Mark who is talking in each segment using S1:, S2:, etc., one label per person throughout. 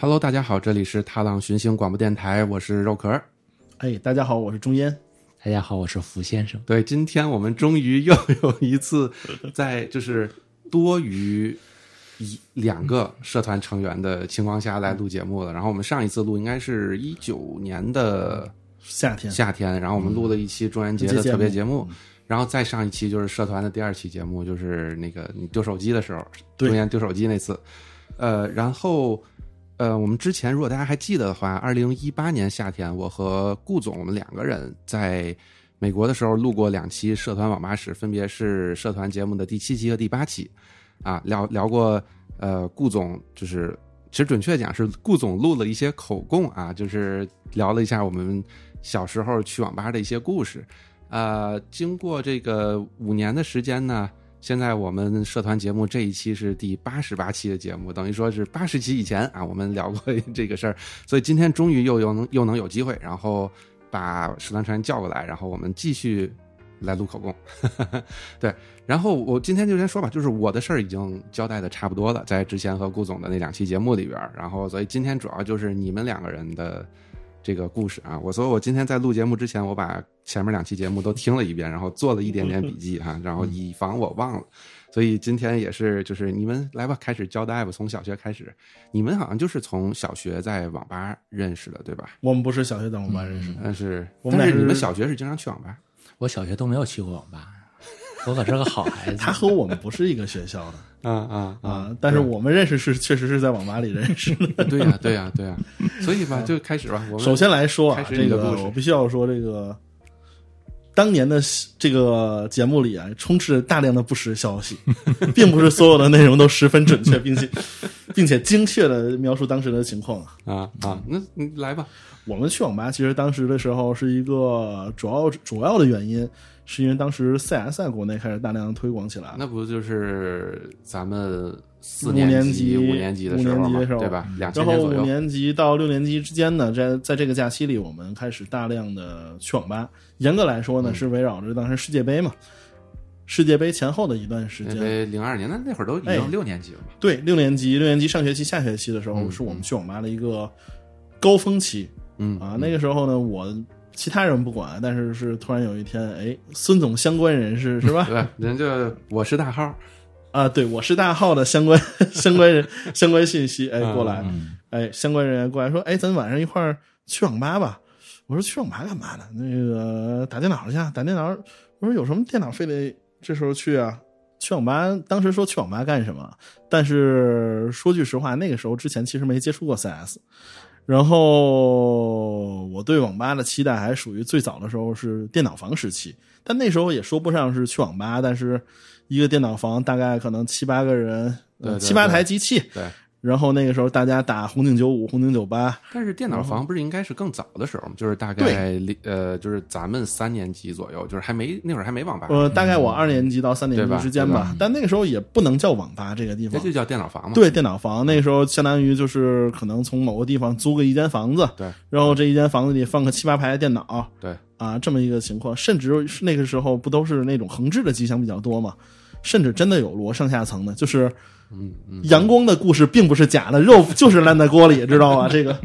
S1: Hello，大家好，这里是踏浪寻星广播电台，我是肉壳。
S2: 哎，大家好，我是钟烟。
S3: 大家好，我是福先生。
S1: 对，今天我们终于又有一次在就是多于一两个社团成员的情况下来录节目了。然后我们上一次录应该是一九年的
S2: 夏天，
S1: 夏天，然后我们录了一期中元节的
S2: 这节目
S1: 特别节目，然后再上一期就是社团的第二期节目，就是那个你丢手机的时候，
S2: 对
S1: 中间丢手机那次，呃，然后呃，我们之前如果大家还记得的话，二零一八年夏天，我和顾总我们两个人在。美国的时候录过两期社团网吧史，分别是社团节目的第七期和第八期，啊，聊聊过呃，顾总就是其实准确讲是顾总录了一些口供啊，就是聊了一下我们小时候去网吧的一些故事。呃，经过这个五年的时间呢，现在我们社团节目这一期是第八十八期的节目，等于说是八十期以前啊，我们聊过 这个事儿，所以今天终于又又能又能有机会，然后把石团成员叫过来，然后我们继续来录口供。 对，然后我今天就先说吧，就是我的事儿已经交代的差不多了，在之前和顾总的那两期节目里边儿，然后所以今天主要就是你们两个人的这个故事啊。我所以，我今天在录节目之前，我把前面两期节目都听了一遍，然后做了一点点笔记
S2: 嗯
S1: 哈、然后以防我忘了。所以今天也是，就是你们来吧，开始交代吧，从小学开始。你们好像就是从小学在网吧认识的，对吧？
S2: 我们不是小学在我们班认识的，
S1: 但是，
S2: 嗯我们
S1: 但
S2: 俩
S1: 是你们
S2: 是
S1: 小学是经常去网吧，
S3: 我小学都没有去过网吧，我可是个好孩子。
S2: 他和我们不是一个学校的
S1: 啊啊
S2: 啊，但是我们认识是确实是在网吧里认识的。
S1: 对呀、对呀、对呀、所以吧，就开始吧。我们
S2: 首先来说啊，
S1: 开始
S2: 这
S1: 你的
S2: 个
S1: 故事
S2: 我必须要说这个。当年的这个节目里啊，充斥着大量的不实消息，并不是所有的内容都十分准确，并且并且精确的描述当时的情况啊。
S1: 啊啊，那你来吧。
S2: 我们去网吧，其实当时的时候是一个主要主要的原因，是因为当时 CS 在国内开始大量推广起来了。
S1: 那不就是咱们四
S2: 啊五年
S1: 级、
S2: 级
S1: 五年级的时
S2: 五
S1: 候
S2: 年级
S1: 嘛，
S2: 的时候嗯
S1: 对吧？两千
S2: 然后
S1: 年左
S2: 五
S1: 右。
S2: 年级到六年级之间呢，在在这个假期里，我们开始大量的去网吧。严格来
S1: 嗯
S2: 说呢，是围绕着当时世界杯嘛，世界杯前后的一段时
S1: 那
S2: 间。
S1: 得零二年，那那会儿都已
S2: 哎
S1: 经六年级了吧？
S2: 对，六年级六年级上学期、下学期的时候，是我们去网吧的一个高峰期
S1: 嗯
S2: 啊。那个时候呢，我其他人不管，但是是突然有一天，哎，孙总相关人 士是吧？
S1: 对吧？人家我是大号，
S2: 啊，对，我是大号的相关 相 关人相关信息，哎，
S1: 嗯
S2: 过来，哎，相关人员过来说，哎，咱晚上一块儿去网吧吧。我说去网吧干嘛呢？那个打电脑去，啊，打电脑。我说有什么电脑非得这时候去啊？去网吧，当时说去网吧干什么？但是说句实话，那个时候之前其实没接触过 CS，然后我对网吧的期待还属于最早的时候是电脑房时期，但那时候也说不上是去网吧，但是一个电脑房大概可能七八个人，
S1: 对对
S2: 呃七八
S1: 对
S2: 台机器，
S1: 对。
S2: 然后那个时候大家打红警九五、红警九八，
S1: 但是电脑房不是应该是更早的时候吗？就是大概
S2: 嗯对
S1: 零呃，就是咱们三年级左右，就是还没那会儿还没网吧，
S2: 呃，大概我二年级到三年
S1: 嗯对
S2: 级
S1: 吧嗯
S2: 之间吧，但那个时候也不能叫网吧这个地
S1: 那
S2: 方
S1: 就，叫电脑房嘛。
S2: 对，电脑房那个时候相当于就是可能从某个地方租个一间房子，
S1: 对，
S2: 然后这一间房子里放个七八排电脑，
S1: 对
S2: 啊，这么一个情况，甚至是那个时候不都是那种横置的机箱比较多嘛，甚至真的有摞上下层的，就是
S1: 嗯嗯，
S2: 阳光的故事并不是假的，肉就是烂在锅里，知道吧？这个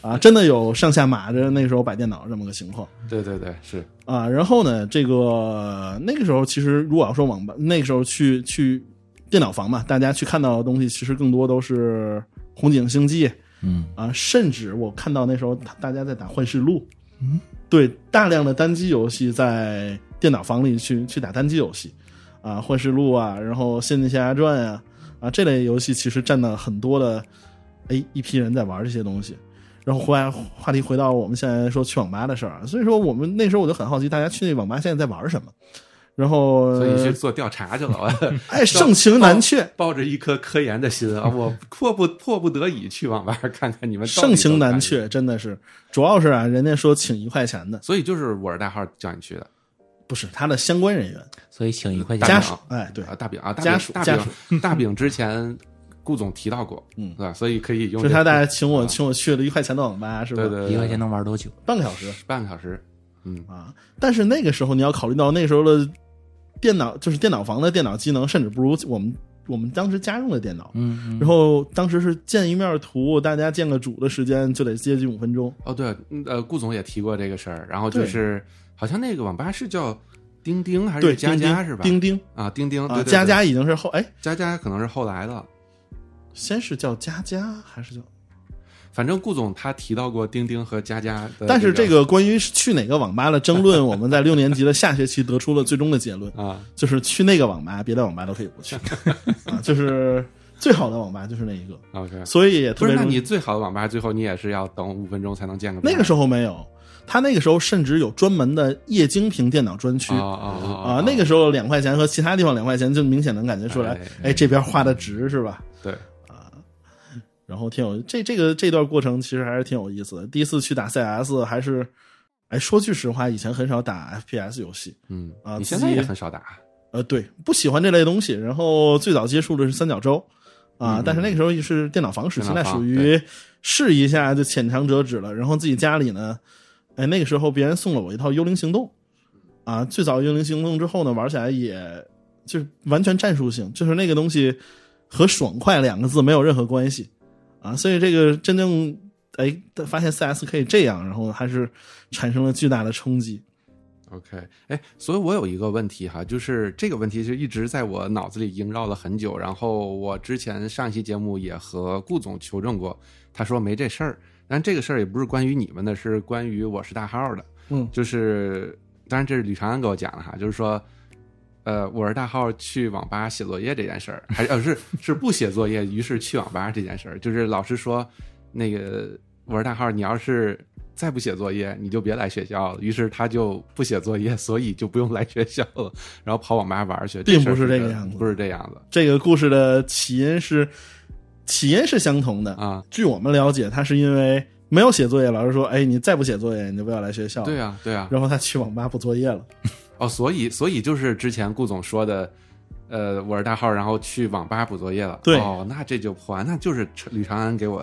S2: 啊，真的有上下码着那个时候摆电脑这么个情况。
S1: 对对对，是
S2: 啊，然后呢，这个那个时候其实如果要说网吧，那个时候去去电脑房嘛，大家去看到的东西其实更多都是红警星际
S3: 嗯，
S2: 啊，甚至我看到那时候大大家在打幻视录，嗯，对，大量的单机游戏在电脑房里去去打单机游戏啊，幻视录啊，然后仙剑奇侠传啊啊这类游戏其实占了很多的哎一批人在玩这些东西。然后回来话题回到我们现在说去网吧的事儿，啊所以说我们那时候我就很好奇，大家去那网吧现在在玩什么？然后，
S1: 所以去做调查去了。 我
S2: 哎，盛情难却，
S1: 抱着一颗科研的心啊，我迫不迫不得已去网吧看看你们到底
S2: 盛情
S1: 都干
S2: 难
S1: 什么。
S2: 却，真的是，主要是啊，人家说请一块钱的，
S1: 所以就是我是大号叫你去的，
S2: 不是他的相关人员
S3: 所以请一块
S1: 大
S2: 家
S3: 钱。
S1: 饼
S2: 属，哎，对，
S1: 啊，大饼啊，大
S2: 家
S1: 饼
S2: 属
S1: 大
S2: 家
S1: 饼 大饼之前顾总提到过，
S2: 嗯
S1: 对吧？所以可以用
S2: 就他
S1: 这个
S2: 大概请我
S1: 啊
S2: 请我去了一块钱的网吧，是吧？
S1: 对对对
S3: 一块钱能玩多久？
S2: 半个小时
S1: 半个小时，嗯
S2: 啊。但是那个时候你要考虑到那时候的电脑，就是电脑房的电脑机能，甚至不如我们我们当时家用的电脑。
S3: 嗯，
S2: 然后当时是建一面图，大家建个主的时间就得接近五分钟。
S1: 哦，对，嗯呃，顾总也提过这个事儿，然后就
S2: 对
S1: 是呃好像那个网吧是叫钉钉还
S2: 对，
S1: 是佳
S2: 钉
S1: 佳
S2: 钉
S1: 是吧？
S2: 钉钉
S1: 啊，钉钉
S2: 啊，
S1: 对对
S2: 佳佳已经是后哎，
S1: 佳佳可能是后来的，
S2: 先是叫佳佳还是叫？
S1: 反正顾总他提到过钉钉和佳佳的，
S2: 但是
S1: 这
S2: 这个关于去哪个网吧的争论，我们在六年级的下学期得出了最终的结论，
S1: 啊，
S2: 就是去那个网吧，别的网吧都可以不 去啊，就是最好的网吧就是那一个，
S1: OK，
S2: 所以也特
S1: 嗯不是，
S2: 别
S1: 那
S2: 容易
S1: 你最好的网吧最后你也是要等五分钟才能见个面
S2: 那个时候没有，他那个时候甚至有专门的液晶屏电脑专区
S1: 啊啊啊
S2: 啊，那个时候两块钱和其他地方两块钱就明显能感觉出来
S1: 哎，
S2: 哎，这边花的值是吧？
S1: 对，
S2: 然后挺有这这个这段过程其实还是挺有意思的。第一次去打 CS 还是，哎，说句实话，以前很少打 FPS 游戏，
S1: 嗯
S2: 啊
S1: 你
S2: 自
S1: 现在也
S2: 己
S1: 很少打，
S2: 呃，对，不喜欢这类东西。然后最早接触的是三角洲啊，
S1: 嗯
S2: 但是那个时候也是电脑房时期，
S1: 电
S2: 那
S1: 脑房
S2: 属于试一下就浅尝辄止了。然后自己家里呢，哎，那个时候别人送了我一套《幽灵行动》啊，最早《幽灵行动》之后呢，玩起来也就是完全战术性，就是那个东西和爽快两个字没有任何关系啊，所以这个真正哎发现 CS 可以这样，然后还是产生了巨大的冲击。
S1: OK，哎，所以我有一个问题哈，就是这个问题是一直在我脑子里萦绕了很久，然后我之前上一期节目也和顾总求证过，他说没这事儿，但这个事儿也不是关于你们的，是关于我是大号的，
S2: 嗯
S1: 就是当然这是吕长安给我讲的哈，就是说。呃，我是大号去网吧写作业这件事儿，还是呃是是不写作业，于是去网吧这件事儿，就是老师说，那个我是大号，你要是再不写作业，你就别来学校了。于是他就不写作业，所以就不用来学校了，然后跑网吧玩儿去。
S2: 并
S1: 事儿
S2: 不是
S1: 是
S2: 这
S1: 真
S2: 个样子
S1: 不是这样子
S2: 这个故事的起因是起因是相同的。
S1: 啊。
S2: 据我们了解，他是因为没有写作业，老师说：“哎，你再不写作业，你就不要来学校。”
S1: 对啊，对啊。
S2: 然后他去网吧补作业了。
S1: 哦，所以所以就是之前顾总说的，呃，我是大号，然后去网吧补作业了。
S2: 对
S1: 哦，那这就破案，那就是吕长安给我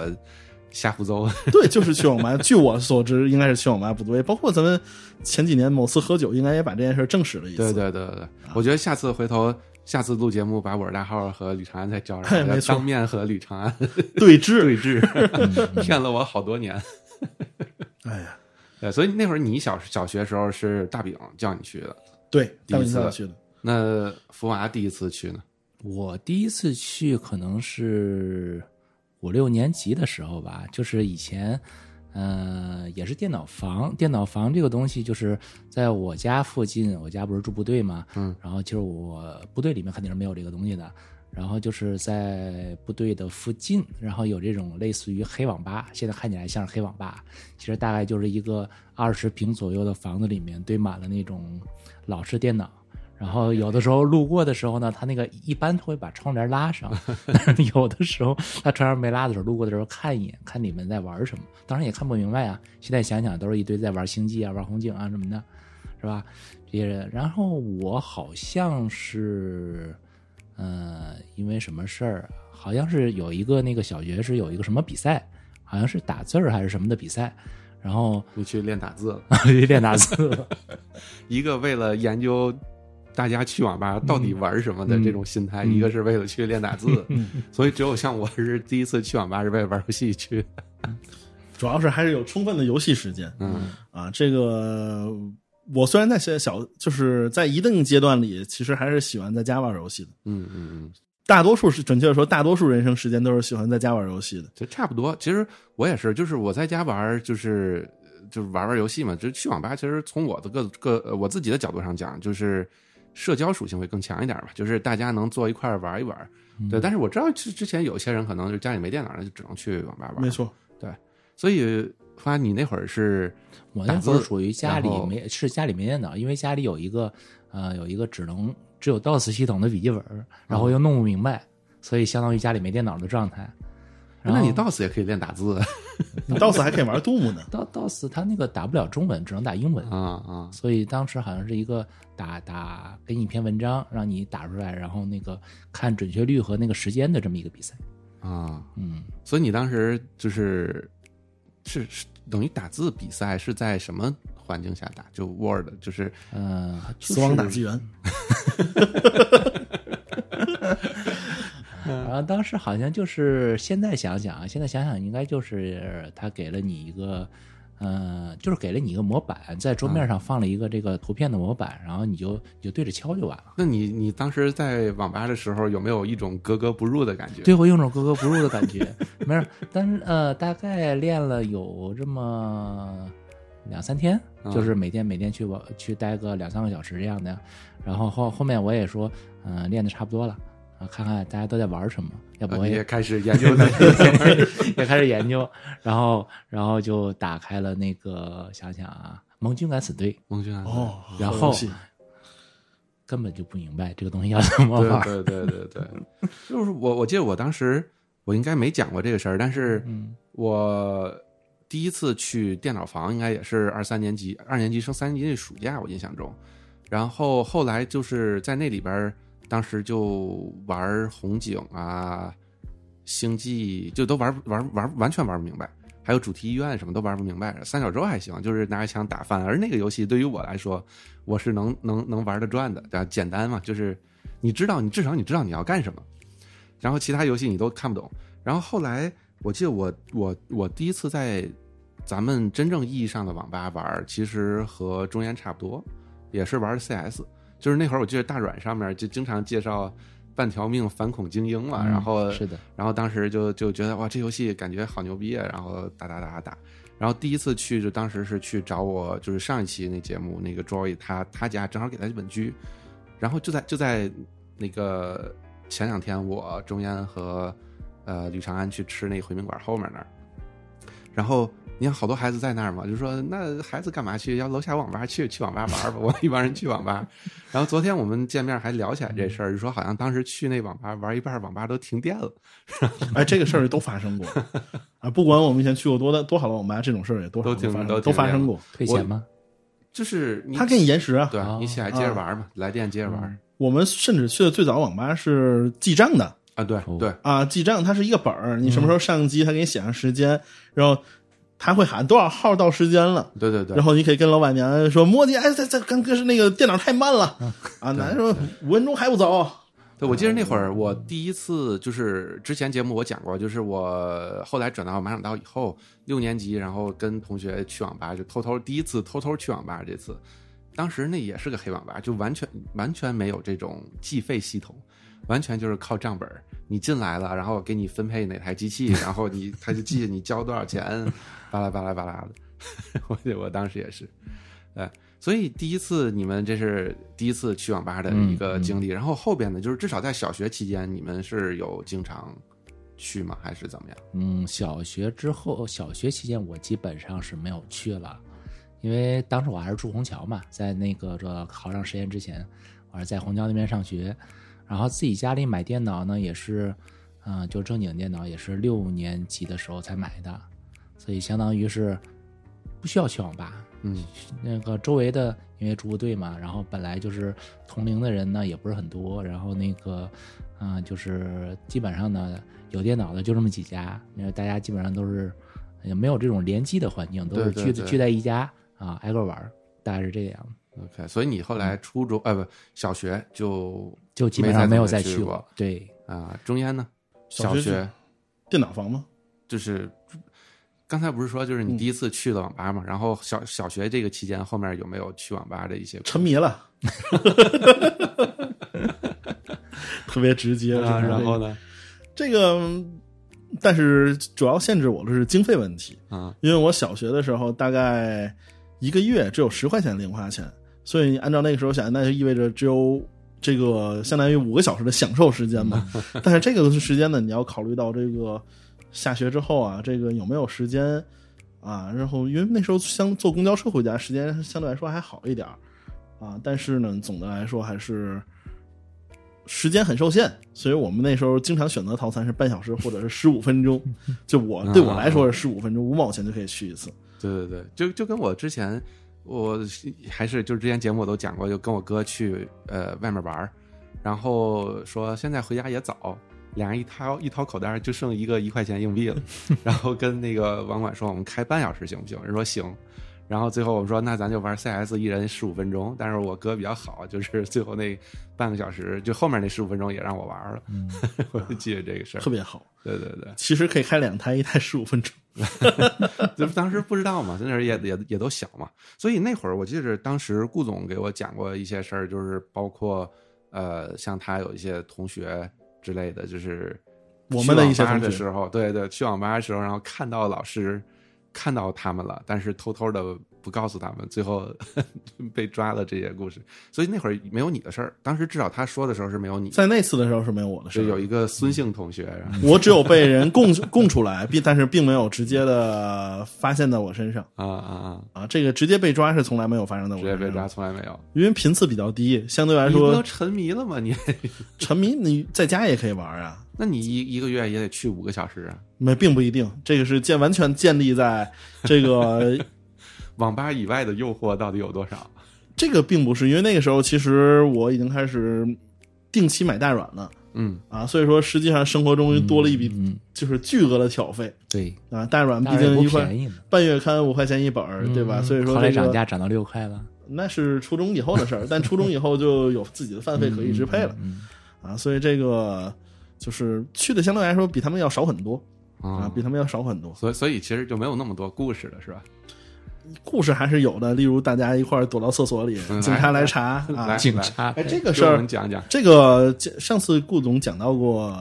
S1: 瞎胡诌。
S2: 对，就是去网 吧。据我所知，应该是去网吧补作业。包括咱们前几年某次喝酒，应该也把这件事证实了一
S1: 对
S2: 次。
S1: 对对
S2: 啊
S1: 对，对我觉得下次回头。下次录节目，把我是大号和吕长安再叫上，
S2: 嘿
S1: 然后
S2: 没错嗯
S1: 当面和吕长 安
S2: 对峙。
S1: 对峙， 骗了我好多年。
S2: 哎呀，
S1: 对，所以那会儿你小小学时候是大饼叫你去的，
S2: 对，
S1: 第
S2: 大
S1: 一
S2: 明
S1: 次
S2: 早去的。
S1: 那福娃第一次去呢？
S3: 我第一次去可能是五六年级的时候吧，就是以前，呃，也是电脑房。电脑房这个东西就是在我家附近，我家不是住部队嘛，
S1: 嗯，
S3: 然后就是我部队里面肯定是没有这个东西的。然后就是在部队的附近，然后有这种类似于黑网吧，现在看起来像是黑网吧，其实大概就是一个二十平左右的房子里面堆满了那种老式电脑，然后有的时候路过的时候呢，他那个一般会把窗帘拉 上，但是有的时候他窗帘没拉的时候，路过的时候看一眼，看你们在玩什么，当然也看不明白啊。现在想想都是一堆在玩星际啊、玩红警啊什么的，是吧？这些人。然后我好像是，呃，因为什么事儿，好像是有一个那个小学是有一个什么比赛，好像是打字儿还是什么的比赛，然 后
S1: 你去练打字了，
S3: 去练打字了。
S1: 一个为了研究大家去网吧到底玩什么的这种心态，一个是为了去练打 字，所以只有像我是第一次去网吧是为了玩游戏去，
S2: 主要是还是有充分的游戏时间。
S1: 嗯
S2: 啊，这个我虽然在小小，就是在一定阶段里，其实还是喜欢在家玩游戏的。
S1: 嗯嗯嗯，
S2: 大多数是准确的说，大多数人生时间都是喜欢在家玩游戏的。
S1: 就差不多。其实我也是，就是我在家玩，就是就是玩玩游戏嘛，就是去网吧，其实从我的各各呃我自己的角度上讲，就是社交属性会更强一点吧，就是大家能坐一块儿玩一玩。对，但是我知道之之前有些人可能就家里没电脑，那就只能去网吧玩。
S2: 没，错，
S1: 所以发你那会儿是
S3: 我
S1: 打
S3: 那会儿
S1: 字
S3: 属于家
S1: 然
S3: 里
S1: 后
S3: 没是家里没电脑，因为家里有一个呃有一个只能只有 DOS 系统的笔记本儿，然后又
S1: 嗯
S3: 弄不明白，所以相当于家里没电脑的状态。然
S1: 哎那
S3: 后
S1: 你 DOS 也可以练打字
S2: 你到此还可以玩 Doom 呢。
S3: 到 DOS 它那个打不了中文，只能打英文，
S1: 啊啊！
S3: 所以当时好像是一个打打给你一篇文章，让你打出来，然后那个看准确率和那个时间的这么一个比赛。
S1: 啊，
S3: 嗯，
S1: 所以你当时就是是是等于打字比赛是在什么环境下打？就 Word，就是
S3: 呃，
S2: 死亡打字员。
S3: 然后啊当时好像就是现在想想啊，现在想想应该就是他给了你一个，呃，就是给了你一个模板，在桌面上放了一个这个图片的模板，然后你就你就对着敲就完了。
S1: 那你你当时在网吧的时候有没有一种格格不入的感觉？啊
S3: 对我有种格格不入的感觉，没事，但是呃，大概练了有这么两三天，就是每天每天去玩去待个两三个小时这样的，然后后后面我也说，嗯、练的差不多了啊，看看大家都在玩什么，要不
S1: 呃，
S3: 我
S1: 你
S3: 啊也
S1: 也开始研 究那个
S3: 也开始研究，然后然后就打开了那个想想啊，盟军敢死队，
S1: 盟军暗算
S2: 哦，
S3: 然
S2: 好
S3: 后
S2: 游戏
S3: 根本就不明白这个东西要怎么玩。
S1: 对对对对对，就是我我记得我当时我应该没讲过这个事儿，但是
S3: 嗯
S1: 我第一次去电脑房应该也是二三年级，二年级升三年级的暑假，我印象中。然后后来就是在那里边儿，当时就玩红警啊、星际，就都玩玩玩完全玩不明白。还有主题医院什么都玩不明白，三角洲还行，就是拿着枪打，反而那个游戏对于我来说，我是能能能玩得转的，对吧？简单嘛，就是你知道，你至少你知道你要干什么，然后其他游戏你都看不懂。然后后来我记得我我我第一次在咱们真正意义上的网吧玩，其实和中烟差不多，也是玩 CS，就是那会儿我记得大软上面就经常介绍半条命反恐精英嘛，
S3: 嗯
S1: 然后
S3: 是的，
S1: 然后当时就就觉得哇，这游戏感觉好牛逼啊！然后打打打打打，然后第一次去就当时是去找我就是上一期那节目那个 Joy 他他家正好给他一本居，然后就在就在那个前两天我中烟和呃吕长安去吃那回民馆后面那儿，然后你看好多孩子在那儿嘛，就说那孩子干嘛去？要楼下网吧去，去网吧玩吧。我们一帮人去网吧。然后昨天我们见面还聊起来这事儿，就说好像当时去那网吧玩一半，网吧都停电了。
S2: 哎，这个事儿都发生过啊！不管我们以前去过多的多好的网吧，这种事儿也多少
S1: 都挺
S2: 发生
S1: 都
S2: 过
S1: 挺
S2: 都发生过。
S3: 退钱吗？
S1: 就是你
S2: 他给你嗯延时啊，
S1: 对
S3: 哦
S1: 你起来接着玩嘛，来电接着玩
S2: 我们甚至去的最早网吧是记账的
S1: 啊，对
S3: 哦
S1: 对，
S2: 啊，记账它是一个本儿，你什么时候上机，他给你写上时间，然后他会喊多少号到时间了。
S1: 对对对
S2: 然，后你可以跟老板娘说：“摸姐，哎，这这刚刚是那个电脑太慢了、啊，男说五分钟还不走，
S1: 对，我记得那会儿我第一次就是之前节目我讲过，就是我后来转到马场道以后，六年级，然后跟同学去网吧，就偷偷第一次偷偷去网吧，这次，当时那也是个黑网吧，就完全完全没有这种计费系统，完全就是靠账本儿。你进来了，然后给你分配哪台机器，然后你他就记着你交多少钱，巴拉巴拉巴拉的。 我记得我当时也是，哎，所以第一次你们这是第一次去网吧的一个经历，然后后边呢，就是至少在小学期间，你们是有经常去吗？还是怎么样？
S3: 嗯，小学之后，小学期间我基本上是没有去了，因为当时我还是住虹桥嘛，在那个这考上实验之前，我是在虹桥那边上学，然后自己家里买电脑呢，也是，嗯、就正经电脑也是六年级的时候才买的，所以相当于是不需要去网吧，
S1: 嗯，
S3: 那个周围的因为住部队嘛，然后本来就是同龄的人呢也不是很多，然后那个，嗯、就是基本上呢有电脑的就这么几家，因为大家基本上都是也没有这种联机的环境，都是
S1: 对
S3: 聚
S1: 对对
S3: 聚在一家啊挨个玩儿，大概是这样，
S1: OK，所以你后来初中呃不小学就
S3: 嗯就基本上没有再
S1: 去
S3: 去过。对，
S1: 啊、中间呢，
S2: 小
S1: 学
S2: 学电脑房吗？
S1: 就是刚才不是说
S2: 嗯
S1: 就是你第一次去的网吧嘛，然后小小学这个期间后面有没有去网吧的一些
S2: 沉迷了， 特别直接。是不是
S1: 啊呢
S2: 这个，嗯但是主要限制我的是经费问题，
S1: 啊
S2: 因为我小学的时候大概一个月只有十块钱零花钱，所以按照那个时候想，那就意味着只有这个相当于五个小时的享受时间嘛。但是这个时间呢，你要考虑到这个下学之后啊，这个有没有时间啊？然后因为那时候相坐公交车回家时间相对来说还好一点儿啊，但是呢，总的来说还是。时间很受限，所以我们那时候经常选择套餐是半小时或者是十五分钟。就我对我来说是十五分钟，五毛钱就可以去一次。
S1: 对对对，就就跟我之前我是还是就是之前节目我都讲过，就跟我哥去呃外面玩儿，然后说现在回家也早。俩人一掏一掏口袋，就 剩一个一块钱硬币了，然后跟那个网管说：“我们开半小时行不行？”人说：“行。”然后最后我们说，那咱就玩 CS，一人十五分钟。但是我哥比较好，就是最后那半个小时，就后面那十五分钟也让我玩了。
S3: 嗯
S1: 我就记得这个事儿
S2: 特。别好。
S1: 对对对，
S2: 其实可以开两台，一台十五分钟。
S1: 就是当时不知道嘛，在那时候也也也都小嘛，所以那会儿我记得当时顾总给我讲过一些事儿，就是包括呃，像他有一些同学之类的，就是
S2: 我们的一些
S1: 去网吧
S2: 同
S1: 的
S2: 学
S1: 时候，对对，去网吧的时候，然后看到老师看到他们了，但是偷偷的不告诉他们，最后 被抓了这些故事。所以那会儿没有你的事儿，当时至少他说的时候是没有你，
S2: 在嗯那次的时候是没有我的事
S1: 就
S2: 儿，
S1: 有一个孙姓同学，然后
S2: 我只有被人供 供出来，并但是并没有直接的发现在我身上
S1: 啊啊啊，
S2: 啊。这个直接被抓是从来没有发生在我
S1: 直
S2: 身
S1: 接
S2: 上，
S1: 被抓，，从来没有。
S2: 因为频次比较低，相对来
S1: 你不都
S2: 说
S1: 沉迷了吗？你
S2: 沉迷你在家也可以玩啊。
S1: 那你一一个月也得去五个小时啊？
S2: 没，并不一定，这个是建完全建立在 这个
S1: 网吧以外的诱惑到底有多少？
S2: 这个并不是，因为那个时候其实我已经开始定期买大软了
S1: 嗯，
S2: 啊，所以说实际上生活中多了一笔
S3: 嗯，
S2: 就是巨额的挑费
S3: 对，
S2: 啊，大软毕
S3: 当然也
S2: 竟
S3: 不
S2: 一块
S3: 便宜呢，
S2: 半月刊五块钱一本儿，对吧？
S3: 嗯
S2: 所以说
S3: 后来
S2: 这
S3: 涨
S2: 个
S3: 价涨到六块了，
S2: 那是初中以后的事儿，但初中以后就有自己的饭费可以支配了
S3: 嗯。嗯嗯
S2: 啊，所以这个就是去的相对来说比他们要少很多
S1: 哦
S2: 啊，比他们要少很多。
S1: 所以所以其实就没有那么多故事了，是吧？
S2: 故事还是有的，例如大家一块儿躲到厕所里，
S1: 嗯
S2: 警察
S1: 来
S2: 来查啊
S1: 来，
S3: 警察，
S2: 哎，这个
S1: 给
S2: 事
S1: 我
S2: 儿
S1: 们，讲讲，
S2: 这个上次顾总讲到过，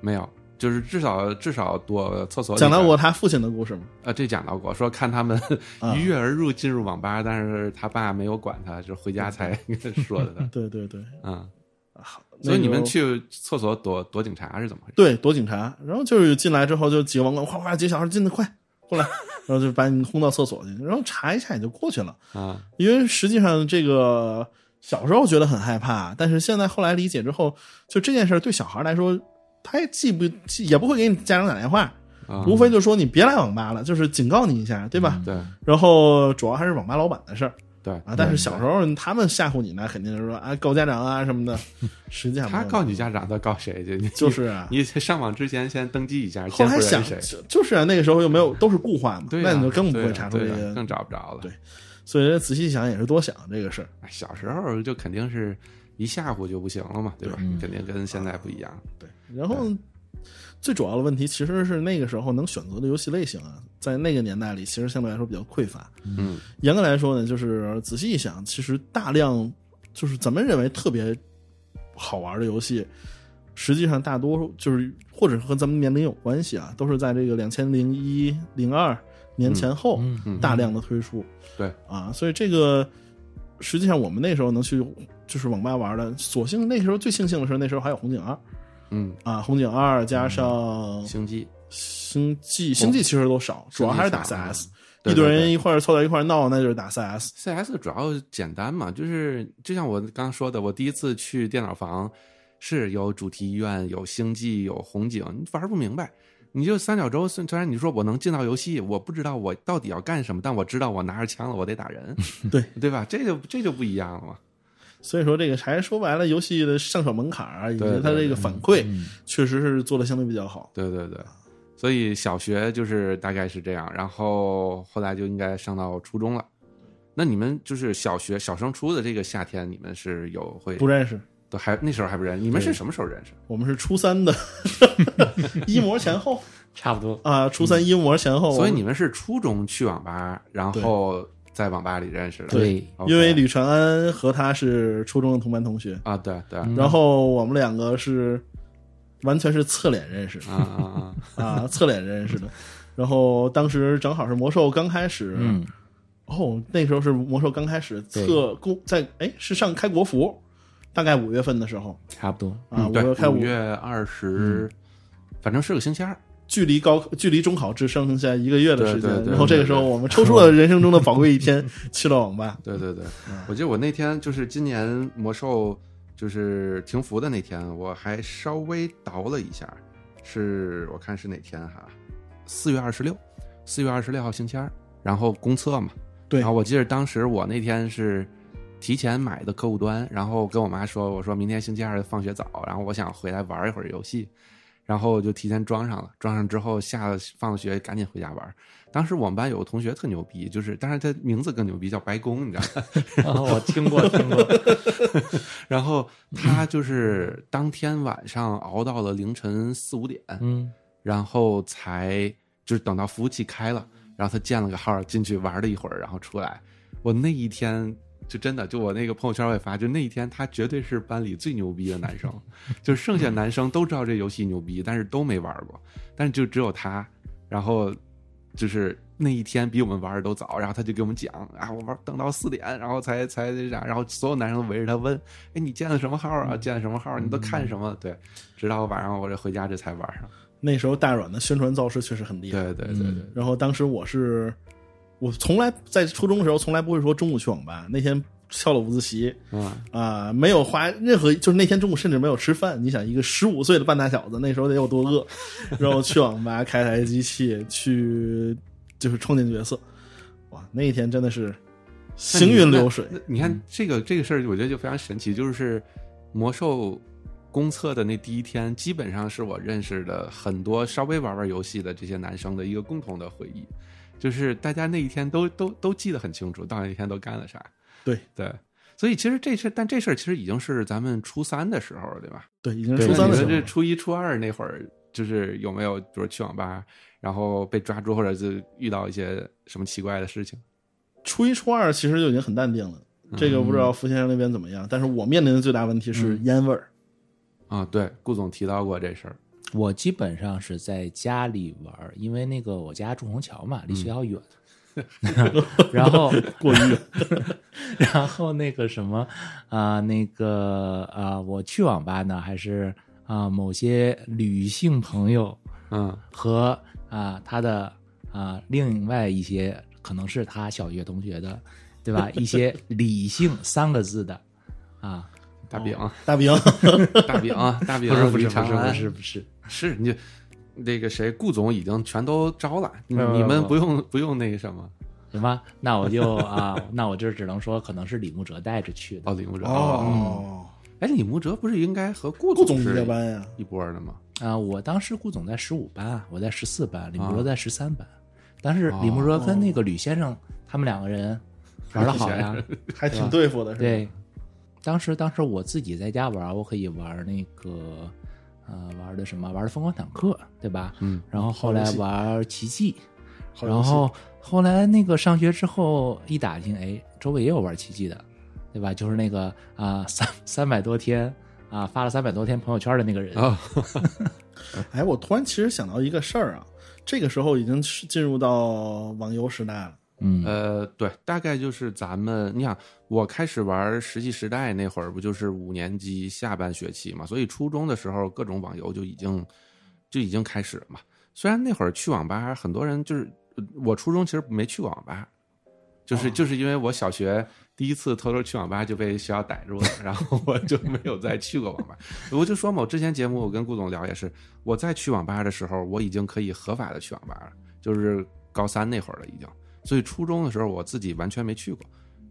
S1: 没有，就是至少至少躲厕所里
S2: 讲到
S1: 边
S2: 过他父亲的故事嘛。
S1: 啊，这讲到过，说看他们
S2: 啊
S1: 一跃而入进入网吧，但是他爸没有管他，就是回家才 说的他。
S2: 对对对，
S1: 嗯，
S2: 好，
S1: 所以你
S2: 嗯那
S1: 们
S2: 个
S1: 去厕所躲躲警察是怎么回事？
S2: 对躲警察，然后就是进来之后就几个网管哗哗几个小孩进来快过来， 然后就把你轰到厕所去，然后查一下也就过去了。
S1: 啊，
S2: 因为实际上这个小时候觉得很害怕，但是现在后来理解之后，就这件事儿对小孩来说，他也既不既也不会给你家长打电话，
S1: 啊
S2: 无非就说你别来网吧了，就是警告你一下，对
S3: 嗯
S2: 吧？
S1: 对
S2: 然后主要还是网吧老板的事儿
S1: 对
S2: 啊，但是
S1: 对
S2: 小时候他们吓唬你呢，肯定是说啊告家长啊什么的， 实际上没
S1: 他
S2: 有
S1: 告你家长，他告谁去？你
S2: 就是啊。
S1: 你上网之前先登记一下，
S2: 后
S1: 监护
S2: 来
S1: 人
S2: 想
S1: 是谁？
S2: 就就是啊，那个时候又没有都是固话嘛，
S1: 对呀、啊
S2: 那你就更不
S1: 对呀
S2: 会查出这
S1: 对呀啊
S2: 个，
S1: 更找不着了。
S2: 对所以仔细想也是多想这个事儿。
S1: 哎小时候就肯定是一吓唬就不行了嘛，对吧？
S3: 嗯
S1: 肯定跟现在不一样。
S2: 对，然后最主要的问题其实是那个时候能选择的游戏类型啊，在那个年代里其实相对来说比较匮乏。
S1: 嗯，
S2: 严格来说呢，就是仔细一想，其实大量就是咱们认为特别好玩的游戏，实际上大多数就是或者和咱们年龄有关系啊，都是在这个两千零一零二年前后、
S3: 嗯嗯
S2: 大量的推出。
S1: 嗯对
S2: 啊，所以这个实际上我们那时候能去就是网吧玩的，所幸那时候最庆幸的是那时候还有红警二。
S1: 嗯，
S2: 啊，红警二加上
S1: 星际
S2: 星际，星际其实都少，主要还是打 CS，
S1: 嗯对
S2: 一堆
S1: 对
S2: 人
S1: 对
S2: 一块儿凑到一块儿闹，那就是打 CS。
S1: CS 主要简单嘛，就是就像我刚刚说的，我第一次去电脑房是有主题医院、有星际、有红警，你玩不明白。你就三角洲，虽虽然你说我能进到游戏，我不知道我到底要干什么，但我知道我拿着枪了，我得打人，
S2: 对
S1: 对吧？这就这就不一样了嘛。
S2: 所以说这个还是说白了，游戏的上手门槛儿啊以及
S1: 对对
S2: 它这个反馈，
S3: 嗯
S2: 确实是做的相对比较好。
S1: 对对对，所以小学就是大概是这样，然后后来就应该上到初中了。那你们就是小学小升初的这个夏天，你们是有会
S2: 不认识，
S1: 都还那时候还不认识，你们是什么时候认识？
S2: 我们是初三 的一模前后
S3: 差不多，
S2: 啊，初三一模前后。
S1: 所以你们是初中去网吧，然后在网吧里认识的。
S3: 对
S1: OK，
S2: 因为吕传安和他是初中的同班同学，
S1: 啊，对对，
S3: 嗯
S2: 然后我们两个是完全是侧脸认识的
S1: 啊啊啊，
S2: 啊，侧脸认识的。然后当时正好是魔兽刚开始，
S3: 嗯，
S2: 哦，那时候是魔兽刚开始
S3: 对
S2: 测公在哎是上开国服，大概五月份的时候
S3: 差不多，
S2: 啊，
S1: 嗯
S2: 五、
S1: 对
S2: 月，开嗯
S1: 五
S2: 五，
S1: 月二十，反正是个星期二。
S2: 距离高距离中考只剩下一个月的时间，
S1: 对对对
S2: 然后这个时候
S1: 对对
S2: 我们抽出了人生中的宝贵一天，去了网吧。
S1: 对对对，我记得我那天就是今年魔兽就是停服的那天，我还稍微倒了一下，是我看是哪天哈，四月二十六，四月二十六号星期二，然后公测嘛，
S2: 对
S1: 然后我记得当时我那天是提前买的客户端，然后跟我妈说，我说明天星期二放学早，然后我想回来玩一会儿游戏。然后就提前装上了，装上之后下了放了学赶紧回家玩儿。当时我们班有个同学特牛逼，就是当然他名字更牛逼，叫白宫，你知道吗？
S3: 哦，我听过听过，
S1: 然后他就是当天晚上熬到了凌晨四五点，
S3: 嗯，
S1: 然后才就是等到服务器开了，然后他建了个号进去玩了一会儿，然后出来。我那一天就真的就我那个朋友圈我也发，就那一天他绝对是班里最牛逼的男生，就是剩下男生都知道这游戏牛逼，但是都没玩过，但是就只有他，然后就是。那一天比我们玩的都早，然后他就给我们讲啊，我玩等到四点，然后才才那啥，然后所有男生都围着他问，哎，你建了什么号啊？建了什么号？你都看什么？对，直到晚上我这回家这才玩上。
S2: 那时候大软的宣传造势确实很厉害，
S1: 对对对
S3: 嗯
S1: 对，
S2: 然后当时我是，我从来在初中的时候从来不会说中午去网吧。那天翘了午自习
S1: 嗯，
S2: 啊、没有花任何，就是那天中午甚至没有吃饭。你想，一个十五岁的半大小子，那时候得有多饿？然后去网吧开台机器，去就是冲进角色。哇，那一天真的是行云流水。嗯
S1: 那你看这个这个事儿，我觉得就非常神奇，就是魔兽公测的那第一天，基本上是我认识的很多稍微玩玩游戏的这些男生的一个共同的回忆，就是大家那一天都都都记得很清楚，到那一天都干了啥。
S2: 对
S1: 对，所以其实这事，但这事儿其实已经是咱们初三的时候了，对吧？
S2: 对，已经是
S3: 对
S2: 初
S1: 那
S2: 三的
S1: 你
S2: 时
S1: 说
S2: 候
S1: 这
S2: 了，
S1: 初一、初二那会儿，就是有没有比如去网吧，然后被抓住，或者是遇到一些什么奇怪的事情？
S2: 初一初二其实就已经很淡定了。
S1: 嗯
S2: 这个不知道傅先生那边怎么样，但是我面临的最大问题是
S1: 嗯
S2: 烟味儿。
S1: 啊，对，顾总提到过这事儿。
S3: 我基本上是在家里玩儿，因为那个我家住虹桥嘛，离学校远， 然后
S2: 过于远，
S3: 然后那个什么啊、那个啊、我去网吧呢，还是啊、某些女性朋友
S1: 嗯
S3: 和啊、她的啊、另外一些可能是她小学同学的，对 吧？一些理性三个字的 啊，，
S1: 大饼，
S2: 大饼。
S1: 哦大饼，啊大饼，
S3: 不是不是
S1: 李长
S3: 不是不
S1: 安
S3: 是不是，
S1: 是你就那个谁，顾总已经全都招了，你
S3: 不不
S1: 你们
S3: 不
S1: 不用不用那个什么
S3: 行吧？那我就啊， 那我就只能说可能是李慕哲带着去的。
S1: 哦，李慕哲。
S2: 哦，
S1: 哎，李慕哲不是应该和顾
S2: 顾总
S1: 是
S2: 一个班呀，
S1: 一波的吗？
S3: 啊、我当时顾总在十五班啊，我在十四班，李慕
S1: 啊
S3: 哲在十三班。但是李慕哲跟那个吕先生、他们两个人玩的好呀，
S2: 还挺对付的，是吧？
S3: 对。当时当时我自己在家玩，我可以玩那个，呃，玩的什么？玩的疯狂坦克，对吧？
S1: 嗯。
S3: 然后后来玩奇迹，
S2: 好游
S3: 然
S2: 戏
S3: 后后来那个上学之后一打听，哎，周围也有玩奇迹的，对吧？就是那个啊、三三百多天啊、发了三百多天朋友圈的那个人。
S2: 哦
S1: 啊，
S2: 哎，我突然其实想到一个事儿啊，这个时候已经是进入到网游时代了。
S3: 嗯，
S1: 呃，对，大概就是咱们，你想，我开始玩《石器时代》那会儿，不就是五年级下半学期嘛？所以初中的时候，各种网游就已经就已经开始了嘛。虽然那会儿去网吧，很多人就是呃我初中其实没去过网吧，就是、就是因为我小学第一次偷偷去网吧就被学校逮住了， 然后我就没有再去过网吧。我就说嘛，我之前节目我跟顾总聊也是，我在去网吧的时候，我已经可以合法的去网吧了，就是高三那会儿了已经。所以初中的时候我自己完全没去过，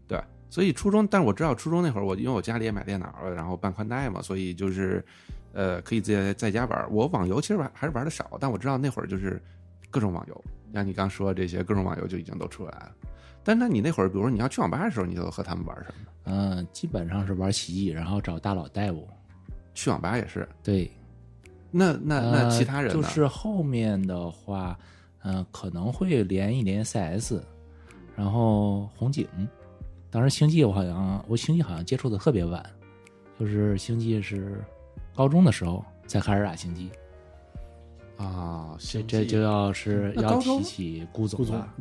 S1: 对，所以初中，但我知道初中那会儿我因为我家里也买电脑了，然后办宽带嘛，所以就是呃可以自己在在家玩儿。我网游其实玩还是玩的少，但我知道那会儿就是各种网游，像你刚说的这些各种网游就已经都出来了。但那你那会儿，比如说你要去网吧的时候，你都和他们玩什么呢？
S3: 嗯，基本上是玩奇迹，然后找大佬带我。
S1: 去网吧也是。
S3: 对，
S1: 那那那
S3: 呃
S1: 其他人呢？
S3: 就是后面的话，嗯、可能会连一连 CS，然后红警。当时星际我好像我星际好像接触的特别晚，就是星际是高中的时候才开始打星际，
S1: 啊，
S3: 这
S1: 星
S3: 这
S1: 际
S3: 就要是
S1: 那
S3: 要
S1: 高中
S3: 提起顾总
S2: 顾 总
S3: 了。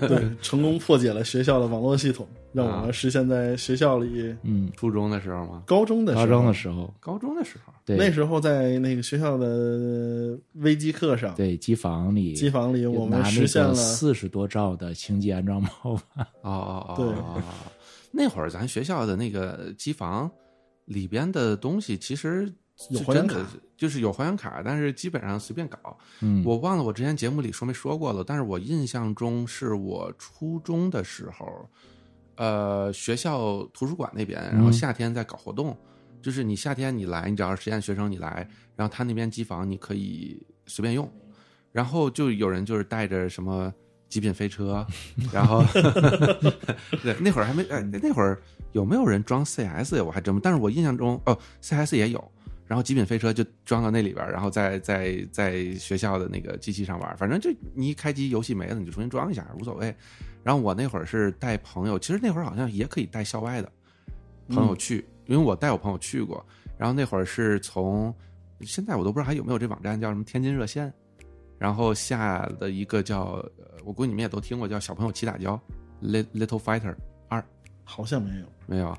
S2: 对，成功破解了学校的网络系统，让我
S3: 啊
S2: 们实现在学校里
S3: 嗯，
S1: 初中的时候吗？
S2: 高中的时候。
S3: 高中的时候，
S1: 高中的时候，
S3: 对
S2: 那时候在那个学校的微机课上，
S3: 对机房里
S2: 机房里我们实现了
S3: 四十多兆的星际安装包吧。
S1: 哦哦哦，
S2: 对
S1: 哦，哦那会儿咱学校的那个机房里边的东西其实
S2: 有
S1: 就
S2: 还原
S1: 真的
S2: 卡
S1: 是，就是有还原卡，但是基本上随便搞。
S3: 嗯，
S1: 我忘了我之前节目里说没说过了，但是我印象中是我初中的时候，呃，学校图书馆那边，然后
S3: 嗯
S1: 夏天在搞活动，就是你夏天你来，你只要是实验学生你来，然后他那边机房你可以随便用。然后就有人就是带着什么极品飞车，然后 对那会儿还没哎那会儿有没有人装 CS 呀？我还真不，但是我印象中哦 CS 也有，然后极品飞车就装到那里边儿，然后在在在学校的那个机器上玩儿，反正就你一开机游戏没了你就重新装一下无所谓。然后我那会儿是带朋友，其实那会儿好像也可以带校外的朋友去，因为我带我朋友去过。然后那会儿是从现在我都不知道还有没有这网站叫什么天津热线，然后下的一个叫呃我估计你们也都听过叫小朋友起打跤 Lit- Little Fighter
S2: 好像没有。
S1: 没有？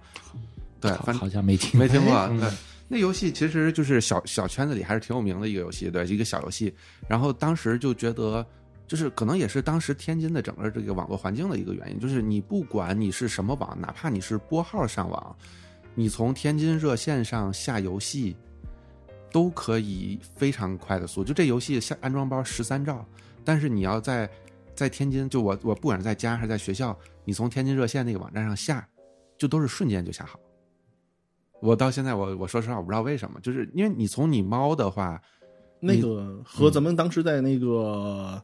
S1: 对，
S3: 好
S1: 反
S3: 好像没听
S1: 没听过。啊
S2: 哎
S1: 对，那游戏其实就是小小圈子里还是挺有名的一个游戏，对，一个小游戏。然后当时就觉得，就是可能也是当时天津的整个这个网络环境的一个原因，就是你不管你是什么网，哪怕你是拨号上网，你从天津热线上下游戏。都可以非常快的速度，就这游戏下安装包十三兆，但是你要在在天津，就我我不管是在家还是在学校，你从天津热线那个网站上下，就都是瞬间就下好。我到现在我我说实话我不知道为什么，就是因为你从你猫的话，
S2: 那
S3: 嗯
S2: 个和咱们当时在那个，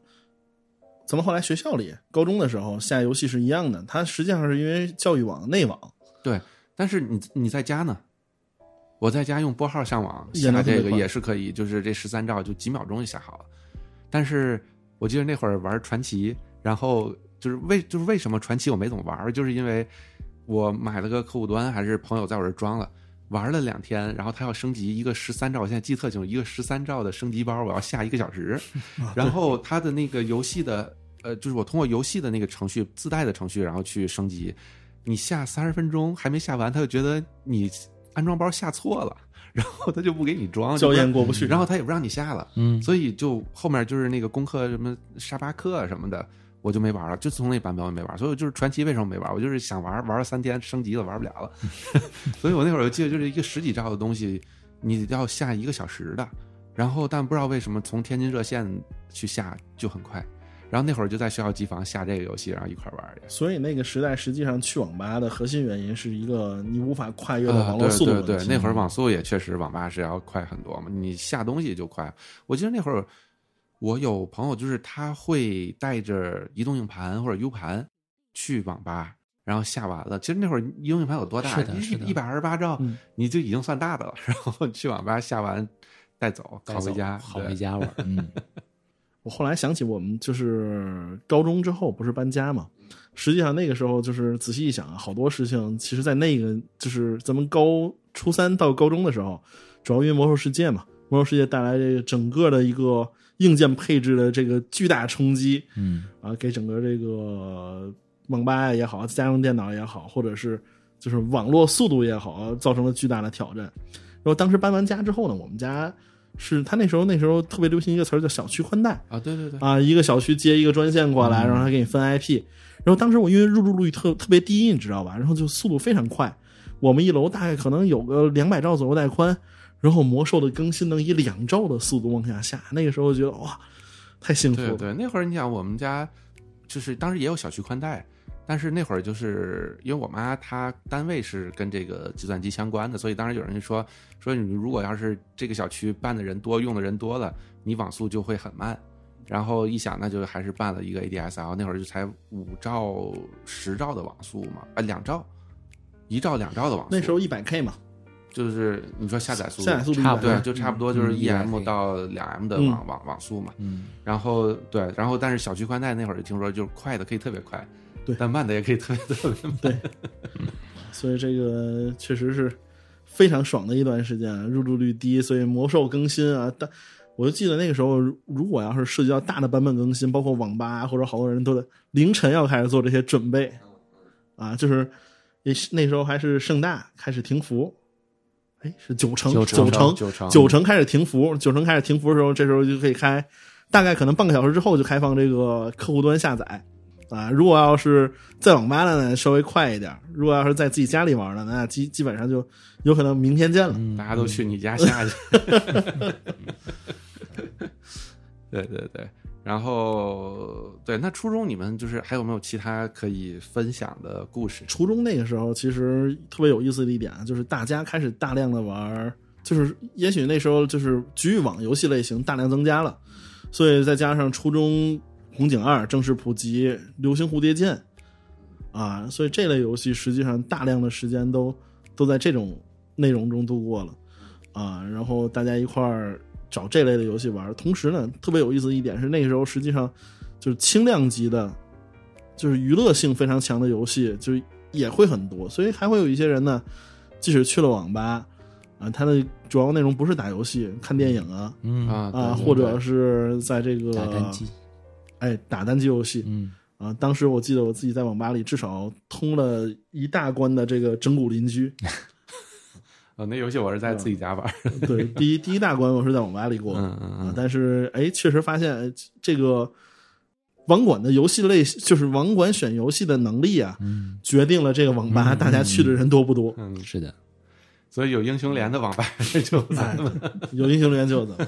S2: 咱们后来学校里高中的时候下游戏是一样的，它实际上是因为教育网内网
S1: 但是你你在家呢，我在家用拨号上网
S2: 也
S1: 下
S2: 能
S1: 这
S2: 特别
S1: 个
S2: 快
S1: 也是可以，就是这十三兆就几秒钟就下好了。但是我记得那会儿玩传奇，然后就是为就是为什么传奇我没怎么玩，就是因为我买了个客户端，还是朋友在我这儿装了。玩了两天，然后他要升级一个十三兆，我现在记得特清楚，一个十三兆的升级包，我要下一个小时。
S2: 啊，
S1: 然后它的那个游戏的，呃，就是我通过游戏的那个程序自带的程序，然后去升级。你下三十分钟还没下完，他就觉得你安装包下错了，然后他就不给你装，
S2: 对校验
S1: 就嗯
S2: 过不去，
S1: 不让然后他也不让你下了，
S3: 嗯，
S1: 所以就后面就是那个攻克什么沙巴克啊什么的，我就没玩了，就从那版本我没玩，所以我就是传奇为什么没玩？我就是想玩，玩了三天升级了，玩不了了，所以我那会儿我记得就是一个十几兆的东西，你要下一个小时的，然后但不知道为什么从天津热线去下就很快，然后那会儿就在学校机房下这个游戏，然后一块儿玩儿。
S2: 所以那个时代实际上去网吧的核心原因是一个你无法跨越的
S1: 啊，
S2: 网络速度
S1: 对
S2: 问题、
S1: 对对，
S3: 嗯
S1: 那会儿网速也确实网吧是要快很多嘛，你下东西就快。我记得那会儿我有朋友，就是他会带着移动硬盘或者 U 盘去网吧，然后下完了。其实那会儿移动硬盘有多大？
S3: 是的是的
S1: 一百二十八兆，
S2: 嗯
S1: 你就已经算大的了。 然后去网吧下完带走，
S3: 带
S1: 拷回
S3: 走
S1: 家，
S3: 好
S1: 对
S3: 回。家玩儿。嗯，
S2: 我后来想起，我们就是高中之后不是搬家嘛，实际上那个时候就是仔细一想啊，好多事情其实，在那个就是咱们高初三到高中的时候，主要因为魔兽世界嘛，魔兽世界带来这个整个的一个硬件配置的这个巨大冲击，
S3: 嗯，
S2: 啊，给整个这个网吧也好，家用电脑也好，或者是就是网络速度也好，造成了巨大的挑战。然后当时搬完家之后呢，我们家是他那时候那时候特别流行一个词儿叫小区宽带
S1: 啊，对对对，嗯
S2: 啊，一个小区接一个专线过来，然后他给你分 IP。然后当时我因为入住率特特别低，你知道吧？然后就速度非常快，我们一楼大概可能有个两百兆左右带宽，然后魔兽的更新能以两兆的速度往下下，那个时候觉得哇，太幸福了。
S1: 对对，那会儿你想我们家就是当时也有小区宽带，但是那会儿就是因为我妈她单位是跟这个计算机相关的，所以当时有人就说说你如果要是这个小区办的人多，用的人多了，你网速就会很慢。然后一想，那就还是办了一个 ADSL，那会儿就才五兆、十兆的网速嘛，啊、两兆、一兆、两兆的网速。
S2: 那时候一百 K 嘛，
S1: 就是你说下载速度，
S2: 下载速度
S3: 差
S2: 100
S3: 不多
S1: 对，就差不多就是
S3: 嗯
S1: 1M
S3: EF
S1: 到两 M 的
S2: 嗯
S1: 网网网速嘛。
S3: 嗯，
S1: 然后对，然后但是小区宽带那会儿就听说，就是快的可以特别快，
S2: 对
S1: 但慢的也可以特别特别慢。
S2: 所以这个确实是非常爽的一段时间啊，入住率低，所以魔兽更新啊，但我就记得那个时候，如如果要是涉及到大的版本更新，包括网吧啊或者好多人都得凌晨要开始做这些准备啊，就是也是那时候还是盛大开始停服，哎，是九成
S3: 九成
S2: 成
S1: 九成
S2: 九成开始停服，九成开始停服的时候，这时候就可以开，大概可能半个小时之后就开放这个客户端下载。啊，如果要是在网吧的呢，稍微快一点儿；如果要是在自己家里玩的，那基基本上就有可能明天见了。
S3: 嗯
S4: 嗯
S1: 大家都 去你家下去。对对对，
S4: 然后对，那初中你们就是还有没有其他可以分享的故事？
S2: 初中那个时候，其实特别有意思的一点啊就是，大家开始大量的玩儿，就是也许那时候就是局域网游戏类型大量增加了，所以再加上初中《红警二》正式普及，《流星蝴蝶剑》啊，所以这类游戏实际上大量的时间都都在这种内容中度过了啊，然后大家一块儿找这类的游戏玩儿。同时呢，特别有意思的一点是，那个时候实际上就是轻量级的就是娱乐性非常强的游戏，就是也会很多，所以还会有一些人呢，即使去了网吧，啊、他的主要内容不是打游戏、看电影啊，
S3: 嗯
S4: 啊呃
S2: 啊，
S4: 对
S2: 或者是在这个
S3: 打单机，
S2: 哎打单机游戏
S3: 嗯
S2: 啊。当时我记得我自己在网吧里至少通了一大关的这个整蛊邻 居，
S4: 呃，那游戏我是在自己家玩儿。
S2: 对，第一第一大关我是在网吧里过的，
S4: 嗯嗯
S2: 啊，
S4: 嗯，
S2: 但是哎，确实发现哎这个网管的游戏类，就是网管选游戏的能力啊，
S3: 嗯，
S2: 决定了这个网吧
S3: 嗯
S2: 大家去的人多不多。
S4: 嗯，
S3: 是的，
S4: 所以有英雄联的网吧就
S2: 哎，
S3: 嗯
S2: 有英雄联就有咱们。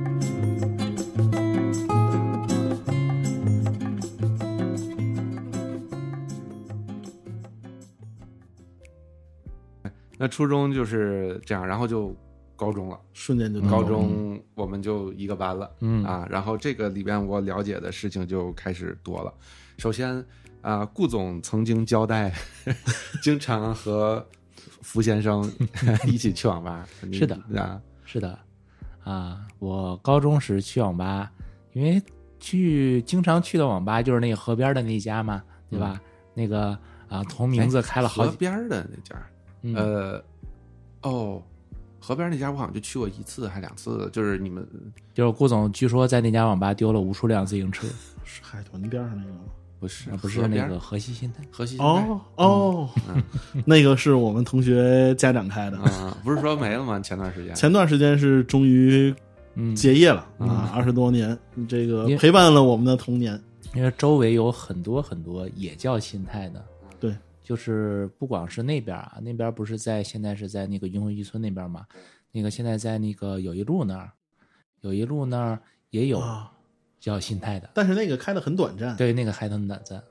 S4: 那初中就是这样，然后就高中了。
S2: 瞬间就到
S4: 高
S2: 了
S4: 中我们就一个班了，
S3: 嗯
S4: 啊，然后这个里边我了解的事情就开始多了。首先啊、顾总曾经交代， 经常和福先 生一起去网吧，你
S3: 是的
S4: 啊，
S3: 是的，啊，我高中时去网吧，因为去经常去的网吧就是那个河边的那一家嘛，对吧？那个啊，同名字开了好
S4: 嗯哎河
S3: 几，
S4: 边儿的那家，
S3: 嗯、
S4: 呃，哦，河边儿那家我好像就去过一次还两次，就是你们
S3: 就是顾总据说在那家网吧丢了无数辆自行车，
S2: 是海豚边上那个吗？
S4: 不是
S3: 啊不
S4: 河
S3: 是
S4: 边
S3: 那
S4: 儿
S3: 个河西新滩，
S4: 河西
S2: 哦哦，
S3: 嗯
S2: 那个是我们同学家长开的。
S4: 啊、不是说没了吗？前 段时间
S2: 前段时间是终于
S3: 嗯，
S2: 结业了、啊，二十多年，这个
S3: 也
S2: 陪伴了我们的童年。
S3: 因为周围有很多很多也叫新泰的，
S2: 对，
S3: 就是不光是那边儿啊，那边儿不是在现在是在那个云辉渔村那边儿嘛，那个现在在那个友谊路那儿，友谊路那儿也有
S2: 啊
S3: 叫新泰的，
S2: 但是那个开的很短暂，
S3: 对，那个还很短暂，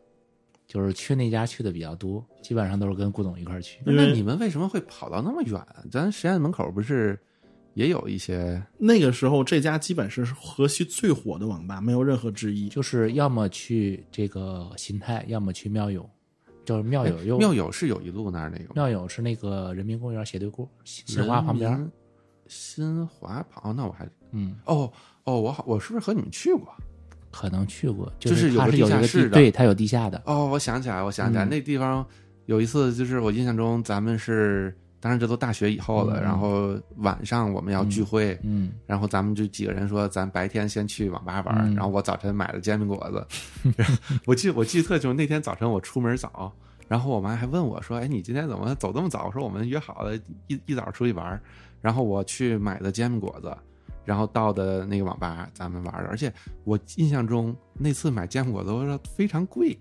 S3: 就是去那家去的比较多，基本上都是跟顾总一块儿去
S4: 不，是
S2: 因为
S4: 那你们为什么会跑到那么远？咱实验门口不是也有一些？
S2: 那个时候这家基本是河西最火的网吧，没有任何之一。
S3: 就是要么去这个新泰，要么去妙友，就是妙友又
S4: 妙哎友是友谊路那儿那个吗
S3: 妙友是那个人民公园斜对过，新新华旁边
S4: 人
S3: 儿，
S4: 民新华旁，哦那我还
S3: 嗯。
S4: 哦哦，我好，我是不是和你们去过？
S3: 可能去过，
S4: 就是是有
S3: 它
S4: 个
S3: 是
S4: 地
S3: 有一
S4: 下
S3: 个
S4: 室
S3: 地，
S4: 的
S3: 对，它有地下的，
S4: 哦，我想起来，我想起来，
S3: 嗯
S4: 那地方有一次，就是我印象中咱们是，当然这都大学以后了，
S3: 嗯
S4: 然后晚上我们要聚会。
S3: 嗯，
S4: 然后咱们就几个人说，咱白天先去网吧玩儿。
S3: 嗯
S4: 然后我早晨买了煎饼果子， 我记我记得特清，那天早晨我出门早，然后我妈还问我说：“哎，你今天怎么走这么早？”我说：“我们约好了一一早出去玩儿。”然后我去买的煎饼果子，然后到的那个网吧咱们玩儿的。而且我印象中那次买煎饼果子，我说非常贵，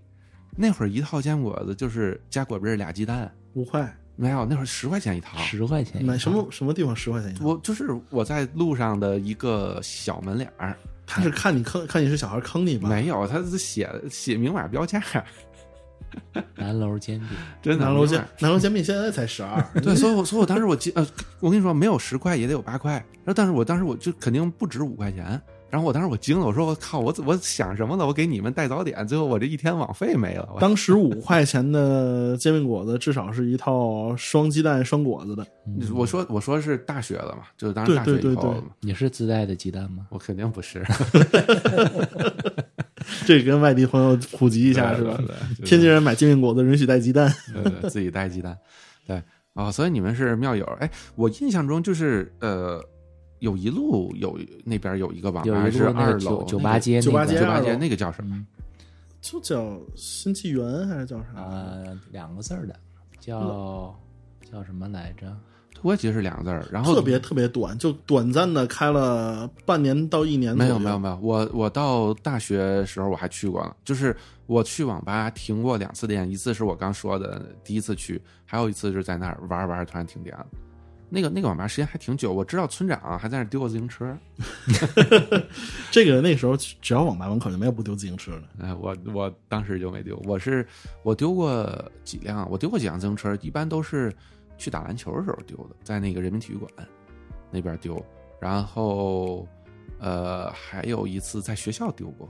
S4: 那会儿一套煎饼果子就是加果篦儿俩鸡蛋，
S2: 五块，
S4: 没有那会儿十块钱一套，
S3: 十块钱一
S2: 买什
S3: 套？
S2: 么什么地方十块钱一套？
S4: 我就是我在路上的一个小门脸儿，
S2: 他是看你坑，看你是小孩坑你吧？
S4: 没有，他是写写明码标价，
S3: 南楼煎饼，
S4: 真的
S2: 南楼
S4: 明
S2: 煎
S4: 码
S2: 南楼煎饼现在才十二，
S4: 对，所以我所以我当时我记呃，我跟你说没有十块也得有八块，然后但是我当时我就肯定不止五块钱，然后我当时我惊了，我说我靠，我怎我想什么呢？我给你们带早点，最后我这一天网费没了，我
S2: 当时五块钱的煎饼果子至少是一套双鸡蛋双果子的，
S3: 嗯
S4: 我说我说是大学了嘛，就是当时大学
S2: 对对
S4: 以
S2: 对
S4: 后
S2: 对
S4: 嘛
S3: 你是自带的鸡蛋吗？
S4: 我肯定不是，
S2: 这跟外地朋友普及一
S4: 一
S2: 下是吧？？
S4: 对对
S2: 天津人买煎饼果子允许带鸡蛋，
S4: 呃对对，自己带鸡蛋，对啊、哦，所以你们是庙友。哎，我印象中就是呃，有一路有那边有一个网
S3: 有
S4: 吧
S3: 一
S4: 是
S3: 路那
S4: 二
S3: 个
S4: 楼
S3: 酒酒
S4: 那
S3: 吧
S4: 个
S3: 街那个，
S2: 酒吧街
S4: 酒吧
S2: 二
S4: 街
S2: 楼
S4: 那个叫什么？
S3: 嗯
S2: 就叫新纪元还是叫啥？
S3: 呃，两个字儿的，叫叫什么来着？
S4: 我也记得是两个字儿。然后
S2: 特别特别短，就短暂的开了半年到一年左
S4: 没
S2: 右。
S4: 有没有没有，我我到大学时候我还去过呢，就是我去网吧停过两次电，一次是我刚说的第一次去，还有一次就是在那儿玩儿玩儿突然停电了。那个那个网吧时间还挺久，我知道村长还在那儿丢过自行车。
S2: 这个那时候只要网吧门口就没有不丢自行车的。
S4: 哎，我我当时就没丢，我是我丢过几辆，我丢过几辆自行车，一般都是去打篮球的时候丢的，在那个人民体育馆那边丢，然后呃还有一次在学校丢过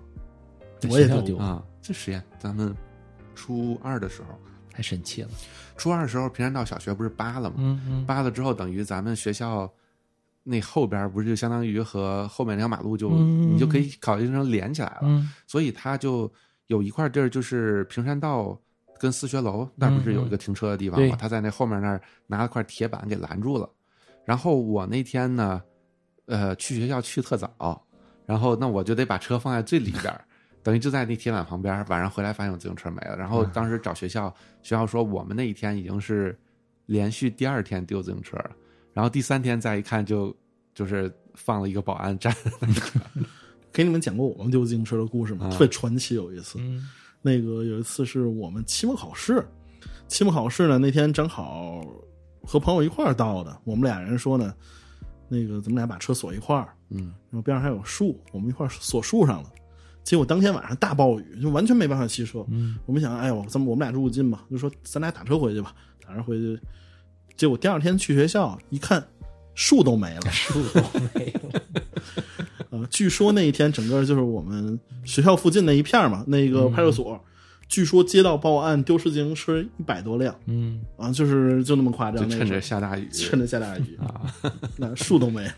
S3: 在
S2: 我也
S3: 学校
S2: 丢
S3: 丢，
S4: 啊，这实验咱们初二的时候，
S3: 太神奇了。
S4: 初二的时候平山道小学不是扒了吗？
S3: 嗯嗯，
S4: 扒了之后，等于咱们学校那后边不是就相当于和后面那条马路就、
S3: 嗯
S4: 你就可以考虑成连起来了，
S3: 嗯
S4: 所以它就有一块地儿，就是平山道跟四学楼那儿不是有一个停车的地方
S3: 嗯嗯
S4: 吗？
S3: 对
S4: 他在那后面那儿拿了块铁板给拦住了。然后我那天呢，呃，去学校去特早，然后那我就得把车放在最里边儿，等于就在那铁板旁边儿。晚上回来发现我自行车没了，然
S3: 啊
S4: 后当时找学校，学校说我们那一天已经是连续第二天丢自行车了，然后第三天再一看就就是放了一个保安站，
S2: 给你们讲过我们丢自行车的故事吗？
S4: 啊
S2: 特别传奇，有一次，
S3: 嗯
S2: 那个有一次是我们期末考试，期末考试呢那天正好和朋友一块儿到的，我们俩人说呢，那个咱们俩把车锁一块儿，
S4: 嗯，
S2: 然后边上还有树，我们一块儿锁树上了。结果当天晚上大暴雨，就完全没办法骑车。
S3: 嗯
S2: 我们想，哎，我咱们我们俩住近嘛，就说咱俩打车回去吧，打车回去。结果第二天去学校一看，树都没了。
S3: 树都没有。
S2: 呃，据说那一天整个就是我们学校附近那一片儿嘛，那个
S4: 嗯
S2: 派出所，据说接到报案丢失自行车一百多辆
S3: 嗯，
S2: 啊，就是就那么夸
S4: 就
S2: 张。那
S4: 趁着
S2: 个时
S4: 下大雨，
S2: 候趁着下大雨
S4: 啊，
S2: 那树都没了。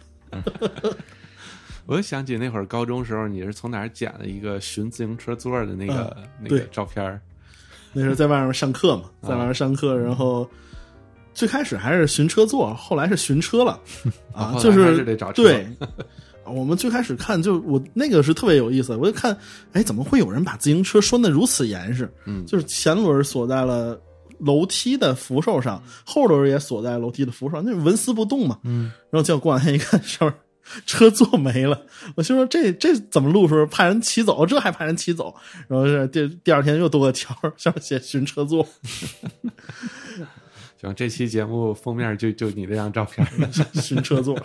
S4: 我就想起那会儿高中时候，你是从哪儿捡了一个寻自行车座儿的那个、
S2: 嗯
S4: 那
S2: 对
S4: 个照片儿？
S2: 那时候在外面上课嘛，
S4: 啊
S2: 在外面上课，然后最开始还是寻车座，后来是寻车 了啊
S4: 后，来
S2: 就
S4: 还
S2: 是
S4: 是得找车
S2: 对。我们最开始看就我那个是特别有意思，我就看，哎，怎么会有人把自行车拴得如此严实？
S4: 嗯，
S2: 就是前轮锁在了楼梯的扶手上，后轮也锁在楼梯的扶手上，那纹丝不动嘛。
S3: 嗯，
S2: 然后结果过两天一 看上面车座没了，我心说这这怎么路数？怕人骑走，这还怕人骑走？然后是第第二天又多个条儿 上面写寻车座，
S4: 行，这期节目封面就就你这张照片儿。
S2: 寻车座。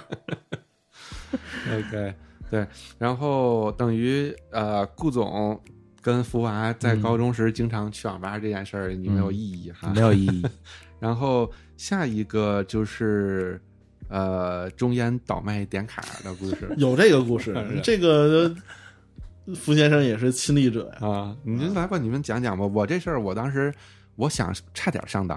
S4: OK，对，然后等于呃，顾总跟福娃
S2: 嗯
S4: 在高中时经常去网吧这件事儿，你没有
S3: 嗯
S4: 异议哈？
S3: 没有意 义。
S4: 然后下一个就是呃，中烟倒卖点卡的故事
S2: 有这个故事，嗯这个呃福先生也是亲历者呀。
S4: 啊，你就来吧，你们讲讲吧。我这事儿，我当时我想差点上当，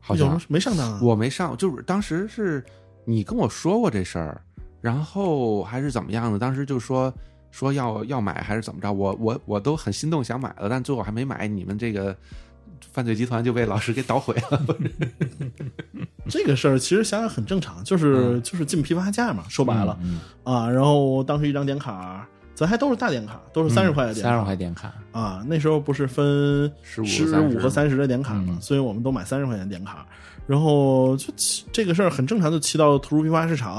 S4: 好
S2: 有
S4: 像
S2: 吗没上当啊？
S4: 我没上，就是当时是你跟我说过这事儿，然后还是怎么样的？当时就说说要要买还是怎么着？我我我都很心动想买了，但最后还没买。你们这个犯罪集团就被老师给捣毁了。
S2: 这个事儿其实想想很正常，就是、就是进批发价嘛，说白了、
S3: 嗯，
S2: 啊。然后当时一张点卡，咱还都是大点卡，都是三十块的点卡，
S3: 嗯三十块点卡，
S2: 啊。那时候不是分
S4: 15
S2: 十五和三十的点卡嘛，
S3: 嗯
S2: 所以我们都买三十块钱点卡。然后就骑这个事儿很正常，就骑到图书批发市场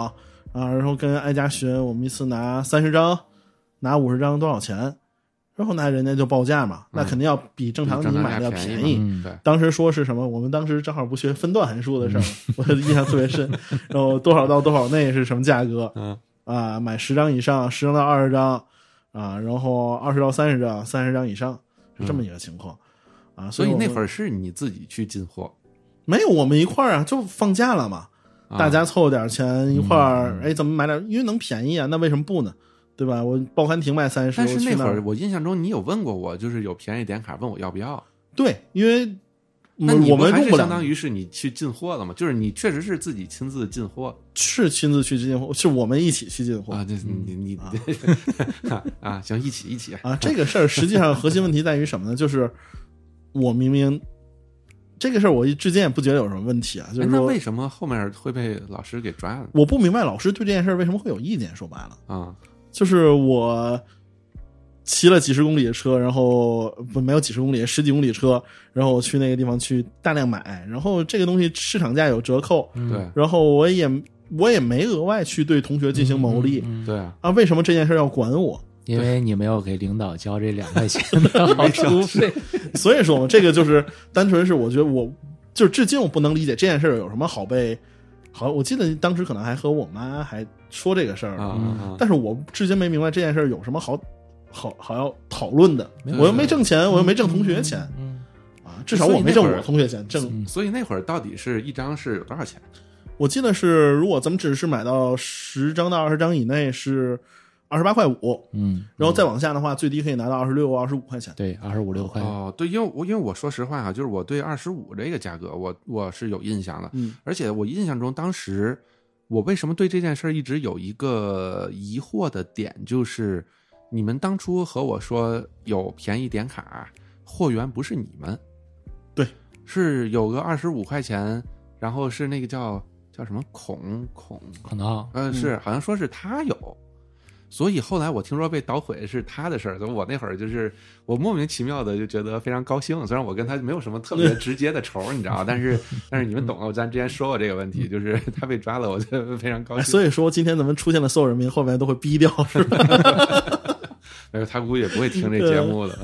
S2: 啊，然后跟挨家询，我们一次拿三十张，拿五十张多少钱？然后那人家就报价嘛，那肯定要比正常
S4: 比正
S2: 你
S4: 常
S2: 买的要
S4: 价便宜
S2: 便宜
S4: 嘛。
S3: 嗯
S4: 对，
S2: 当时说是什么？我们当时正好不学分段函数的事儿嘛，
S4: 嗯
S2: 我印象特别深。然后多少到多少内是什么价格？
S4: 嗯
S2: 啊，买十张以上，十张到二十张啊，然后二十到三十张，三十张以上是这么一个情况、啊。
S4: 嗯所
S2: 以
S4: 以
S2: 我
S4: 那
S2: 们
S4: 会儿是你自己去进货，
S2: 没有我们一块儿啊，就放假了嘛，
S4: 啊嗯
S2: 大家凑点钱一块儿，哎，怎么买点？因为能便宜啊，那为什么不呢？对吧？我报刊亭卖三十，
S4: 但是
S2: 我去
S4: 那
S2: 那
S4: 会儿我印象中你有问过我，就是有便宜点卡问我要不要。
S2: 对，因为
S4: 那你
S2: 我
S4: 不
S2: 们
S4: 还
S2: 用
S4: 是
S2: 不了，
S4: 相当于是你去进货了嘛？就是你确实是自己亲自进货
S2: 是亲自去进货，是我们一起去进货
S4: 啊！这你你
S2: 啊
S4: 啊，行，一起一起
S2: 啊，这个事儿实际上核心问题在于什么呢？就是我明明这个事儿我至今也不觉得有什么问题啊， 就
S4: 哎
S2: 是
S4: 那
S2: 说
S4: 为什么后面会被老师给抓呢？
S2: 我不明白老师对这件事儿为什么会有意见。说白了，
S4: 啊，
S2: 就是我骑了几十公里的车，然后不没有几十公里，十几公里车，然后我去那个地方去大量买，然后这个东西市场价有折扣，
S3: 嗯
S4: 对
S2: 然后我也我也没额外去对同学进行牟利、
S3: 嗯嗯嗯
S4: 对啊，
S2: 啊，为什么这件事儿要管我？
S3: 因为你没有给领导交这两块钱的好处费，
S2: 所以说嘛，这个就是 单纯是我觉得我就是至今我不能理解这件事儿有什么好被好。我记得当时可能还和我妈还说这个事儿
S4: 啊
S2: 呢，
S4: 啊
S2: 嗯但是我至今没明白这件事儿有什么好好好要讨论的。
S4: 有
S2: 我又没挣钱，我又没挣同学钱
S3: 嗯，
S2: 啊，至少我没挣我同学钱。挣
S4: 啊！所以那会儿到底是一张是有多少钱？
S2: 我记得是，如果咱们只是买到十张到二十张以内是二十八块五，
S3: 嗯，
S2: 然后再往下的话，最低可以拿到二十六、二十五块钱。
S3: 对，二十五六
S2: 哎
S3: 块，
S4: 哦，对，因为我因为我说实话啊，就是我对二十五这个价格，我我是有印象的，
S2: 嗯
S4: 而且我印象中当时我为什么对这件事儿一直有一个疑惑的点，就是你们当初和我说有便宜点卡，货源不是你们，
S2: 对，
S4: 是有个二十五块钱，然后是那个叫叫什么孔孔，
S3: 可能啊
S4: 呃，
S2: 嗯
S4: 是好像说是他有。所以后来我听说被捣毁是他的事儿，我那会儿就是我莫名其妙的就觉得非常高兴，虽然我跟他没有什么特别直接的仇儿，你知道，但是但是你们懂的，咱之前说过这个问题，就是 他被抓了，我就非常高
S2: 哎，
S4: 兴。
S2: 所以说今天咱们出现的所有人名后面都会逼掉，是吧？
S4: 没哎有，他估计也不会听这节目 的。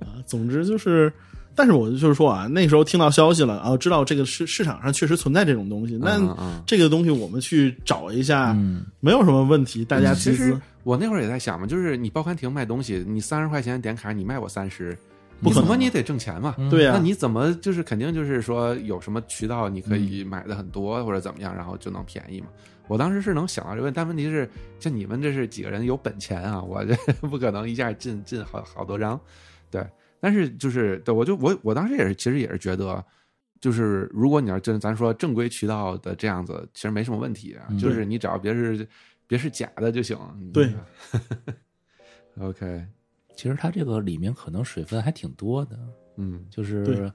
S2: 啊总之就是，但是我就是说啊，那时候听到消息了，然后知道这个市市场上确实存在这种东西，那
S4: 嗯嗯
S2: 这个东西我们去找一下，
S3: 嗯
S2: 没有什么问题，大家
S4: 其
S2: 集
S4: 实
S2: 资。
S4: 我那会儿也在想嘛，就是你报刊亭卖东西，你三十块钱点卡，你卖我三十，
S2: 不可能啊
S4: 怎么你得挣钱嘛。
S3: 嗯
S2: 对呀、啊
S4: 那你怎么就是肯定就是说有什么渠道你可以买的很多或者怎么样，然后就能便宜嘛？我当时是能想到这问，但问题是像你们这是几个人有本钱啊，我这不可能一下进进好好多张，对。但是就是对我就我我当时也是其实也是觉得，就是如果你要真咱说正规渠道的这样子，其实没什么问题啊，
S3: 嗯
S4: 就是你只要别是别是假的就行。嗯
S2: 对
S4: ，OK，
S3: 其实它这个里面可能水分还挺多的，
S4: 嗯，
S3: 就是
S2: 对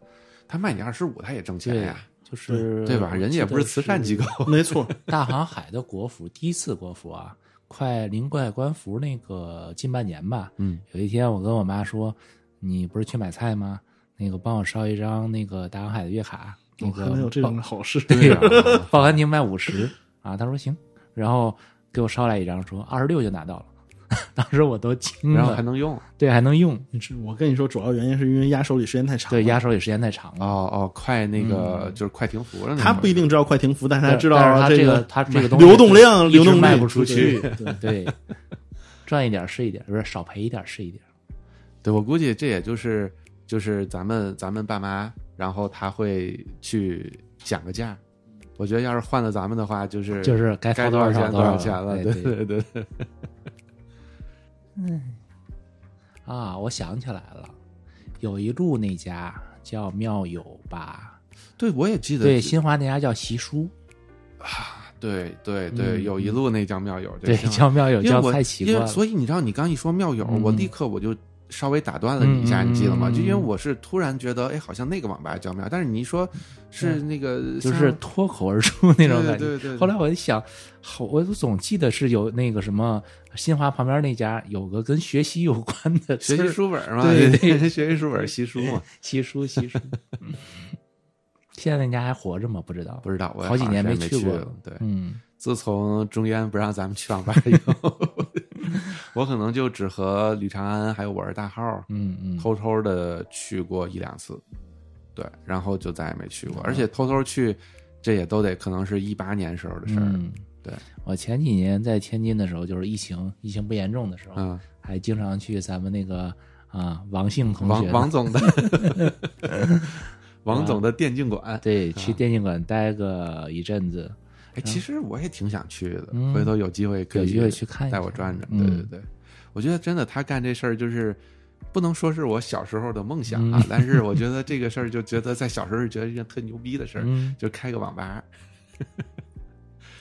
S4: 他卖你二十五，他也挣钱
S3: 对
S4: 呀、，
S3: 就是
S4: 对吧？人家也不是慈善机构，
S2: 没 错，
S3: 大航海的国服，第一次国服啊，快临快官服那个近半年吧。
S4: 嗯，
S3: 有一天我跟我妈说：“你不是去买菜吗？那个帮我烧一张那个大航海的月卡。”那
S4: 哦
S2: 我
S3: 个
S2: 还能有这种好事。
S4: 对呀、
S3: 报刊亭卖五十啊，她说行，然后给我捎来一张，说二十六就拿到了。 当时我都惊
S4: 然后还
S3: 了，
S4: 能用
S3: 对，还能用，
S2: 这我跟你说，主要原因是因为压手里时间太长了。
S3: 对，压手里时间太长了。
S4: 哦哦，快那个、就是快停服了那种，
S2: 他不一定知道快停服，但是他
S3: 但
S2: 知
S3: 但是
S2: 道
S3: 他这
S2: 个
S3: 他这个东西
S2: 流动量、
S3: 一
S2: 流
S3: 直
S2: 动率
S3: 卖不出去
S2: 对对，
S3: 对，赚一点是一点，不是少赔一点是一点。
S4: 对我估计这也就是就是咱们咱们爸妈，然后他会去讲个价。我觉得要是换了咱们的话，就是
S3: 就是该掏
S4: 该
S3: 多
S4: 少
S3: 少
S4: 钱
S3: 掏
S4: 多
S3: 多少哎
S4: 少钱了，
S3: 对
S4: 对对对对，
S3: 啊，我想起来了，有一路那家叫妙友吧，
S4: 对我也记得，
S3: 对，新华那家叫习书，
S4: 对对对，
S3: 嗯
S4: 有一路那叫妙友，
S3: 对，
S4: 挺好
S3: 叫妙友
S4: 因为
S3: 叫
S4: 我
S3: 太奇
S4: 因
S3: 怪
S4: 为
S3: 了，
S4: 所以你知道，你刚一说妙友，
S3: 嗯
S4: 我立刻我就稍微打断了你一下，
S3: 嗯
S4: 你记得吗？
S3: 嗯嗯
S4: 就因为我是突然觉得，哎，好像那个网吧叫妙，但是你一说是那个
S3: 嗯就
S4: 像，
S3: 是脱口而出那种
S4: 对
S3: 感觉。
S4: 对对对
S3: 后来我一想，好，我总记得是有那个什么新华旁边那家有个跟学习有关的字
S4: 学习
S3: 儿，
S4: 书本嘛，
S3: 对哎
S4: 对， 学习书本习书嘛，
S3: 习书习书。现在那家还活着吗？不知道，
S4: 嗯不知道，我也
S3: 好几年
S4: 没
S3: 去
S4: 去
S3: 过
S4: 了。对，
S3: 嗯，
S4: 自从中烟不让咱们去网吧以 后，我可能就只和吕长安还有我是大号，
S3: 嗯嗯，
S4: 偷偷的去过一两次，对，然后就再也没去过。而且
S3: 嗯
S4: 偷偷去，这也都得可能是一八年时候的事儿。
S3: 嗯，
S4: 对，
S3: 我前几年在天津的时候，就是疫情疫情不严重的时候，
S4: 嗯，
S3: 还经常去咱们那个啊王姓同
S4: 王
S3: 学
S4: 王总的 王总的电竞馆，
S3: 嗯对去电竞馆待个一阵子，
S4: 哎，其实我也挺想去的，
S3: 嗯
S4: 回头有机会可以
S3: 有机会去看一
S4: 带
S3: 看
S4: 我转转。
S3: 嗯
S4: 对对对，我觉得真的他干这事儿就是。不能说是我小时候的梦想
S3: 嗯
S4: 啊，但是我觉得这个事儿就觉得在小时候是觉得一件特牛逼的事儿，
S3: 嗯
S4: 就开个网吧。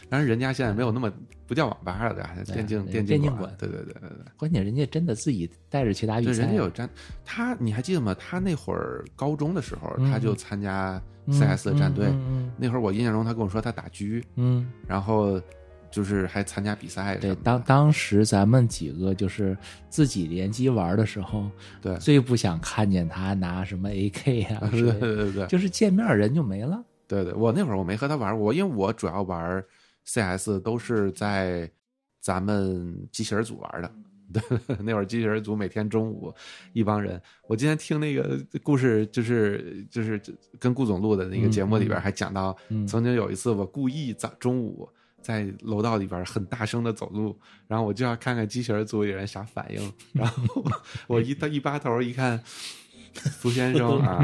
S4: 当然人家现在没有那么不叫网吧了，对吧？
S3: 对啊
S4: 电竞
S3: 对
S4: 电
S3: 电竞
S4: 馆
S3: 馆，
S4: 对对对对对。
S3: 关键人家真的自己带着去打比
S4: 对，
S3: 赛，
S4: 人家有战，他你还记得吗？他那会儿高中的时候，
S3: 嗯
S4: 他就参加
S3: 嗯
S4: CS 的战队。
S3: 嗯
S4: 那会儿我印象中，他跟我说他打狙，
S3: 嗯嗯
S4: 然后就是还参加比赛什么
S3: 对
S4: 的。，
S3: 当当时咱们几个就是自己联机玩的时候，
S4: 对
S3: 最不想看见他拿什么 AK 啊之类
S4: 对
S3: 的，
S4: 对对对
S3: 就是见面人就没了。
S4: 对对，我那会儿我没和他玩过，因为我主要玩 CS 都是在咱们机器人组玩的。 对，那会儿机器人组每天中午一帮人，我今天听那个故事，就是就是跟顾总录的那个节目里
S3: 嗯
S4: 边
S3: 嗯
S4: 还讲到，
S3: 嗯
S4: 曾经有一次我故意早中午在楼道里边很大声的走路，然后我就要看看机器人组里人啥反应，然后 我一到一扒头一看，涂先 生啊，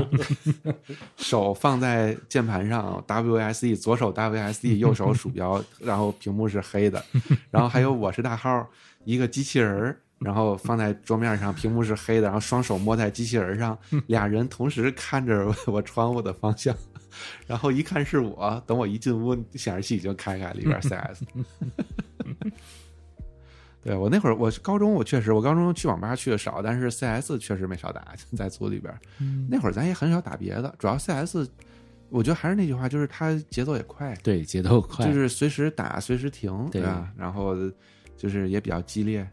S4: 手放在键盘上，WSE 左手 WSE 右手鼠标，然后屏幕是黑的，然后还有我是大号一个机器人儿。然后放在桌面上，屏幕是黑的，然后双手摸在机器人上，俩人同时看着我窗户的方向，然后一看是我，等我一进屋，显示器已经开开，里边 CS。对我那会儿，我是高中我确实，我高中去网吧去的少，但是 CS 确实没少打，在组里边。那会儿咱也很少打别的，主要 CS，我觉得还是那句话，就是它节奏也快，
S3: 对，节奏快，
S4: 就是随时打随时停，
S3: 对
S4: 吧？然后就是也比较激烈，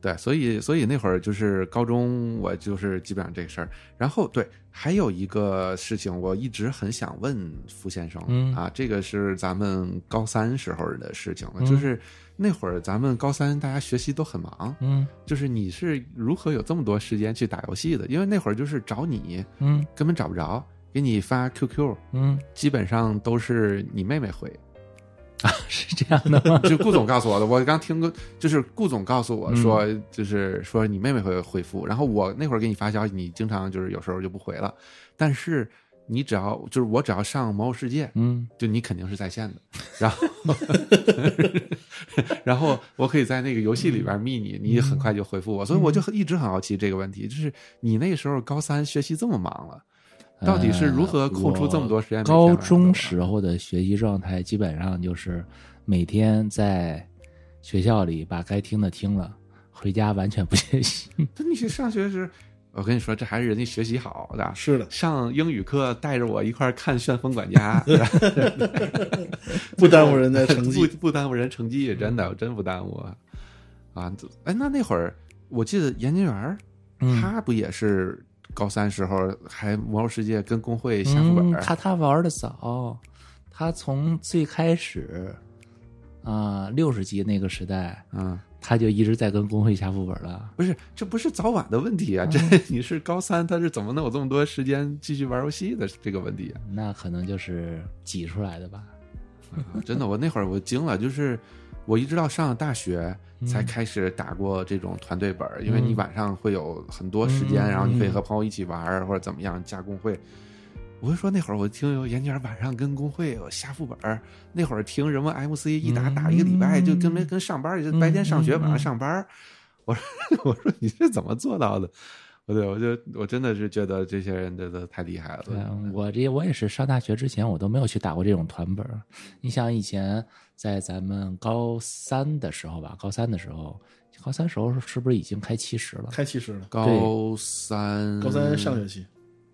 S4: 对，所以所以那会儿就是高中，我就是基本上这个事儿。然后对，还有一个事情，我一直很想问傅先生、
S3: 嗯
S4: 啊，这个是咱们高三时候的事情了，
S3: 嗯
S4: 就是那会儿咱们高三大家学习都很忙，
S3: 嗯
S4: 就是你是如何有这么多时间去打游戏的？因为那会儿就是找你
S3: 嗯
S4: 根本找不着，给你发 QQ，
S3: 嗯，
S4: 基本上都是你妹妹回。
S3: 是这样的吗？
S4: 就顾总告诉我的，我刚听过，就是顾总告诉我说，就是说你妹妹会回复，然后我那会儿给你发消息，你经常就是有时候就不回了，但是你只要就是我只要上魔兽世界，
S3: 嗯，
S4: 就你肯定是在线的，然后 然后我可以在那个游戏里边密你，你很快就回复我，所以我就一直很好奇这个问题，就是你那时候高三学习这么忙了，到底是如何空出这么多时间
S3: 呃
S4: 每天玩
S3: 高
S4: 的
S3: 中时候的学习状态基本上就是每天在学校里把该听的听了，回家完全不学习。
S4: 那你去上学时，我跟你说，这还是人家学习好的，
S2: 是的，
S4: 上英语课带着我一块儿看《旋风管家》
S2: 不耽误人的成
S4: 不
S2: 绩。
S4: 不耽误人成绩，真的真不耽误啊！啊，哎，那那会儿我记得研究员儿、
S3: 嗯，
S4: 他不也是高三时候还《魔兽世界》跟工会下副本
S3: 嗯
S4: 儿、
S3: 他他玩的早，他从最开始啊六十级那个时代，
S4: 嗯，
S3: 他就一直在跟工会下副本了。
S4: 不是，这不是早晚的问题啊，这
S3: 嗯
S4: 你是高三，他是怎么能有这么多时间继续玩游戏的这个问题啊？
S3: 那可能就是挤出来的吧。
S4: 啊真的，我那会儿我惊了，就是我一直到上了大学
S3: 嗯
S4: 才开始打过这种团队本儿，因为你晚上会有很多时间，
S3: 嗯
S4: 然后你可以和朋友一起玩儿或者怎么样加工会。我就说那会儿我听有演讲，晚上跟工会我下副本儿，那会儿听什么 MC 一打
S3: 嗯
S4: 打一个礼拜，就跟没跟上班儿，就白天上学
S3: 嗯嗯
S4: 晚上上班儿。我说 我说你是怎么做到的？我对我就我真的是觉得这些人真的太厉害了。
S3: 对，啊嗯我这我也是上大学之前，我都没有去打过这种团本儿。你想以前在咱们高三的时候吧，高三的时候，高三时候是不是已经开七十了？
S2: 开七十了，
S4: 高三
S2: 高三上学期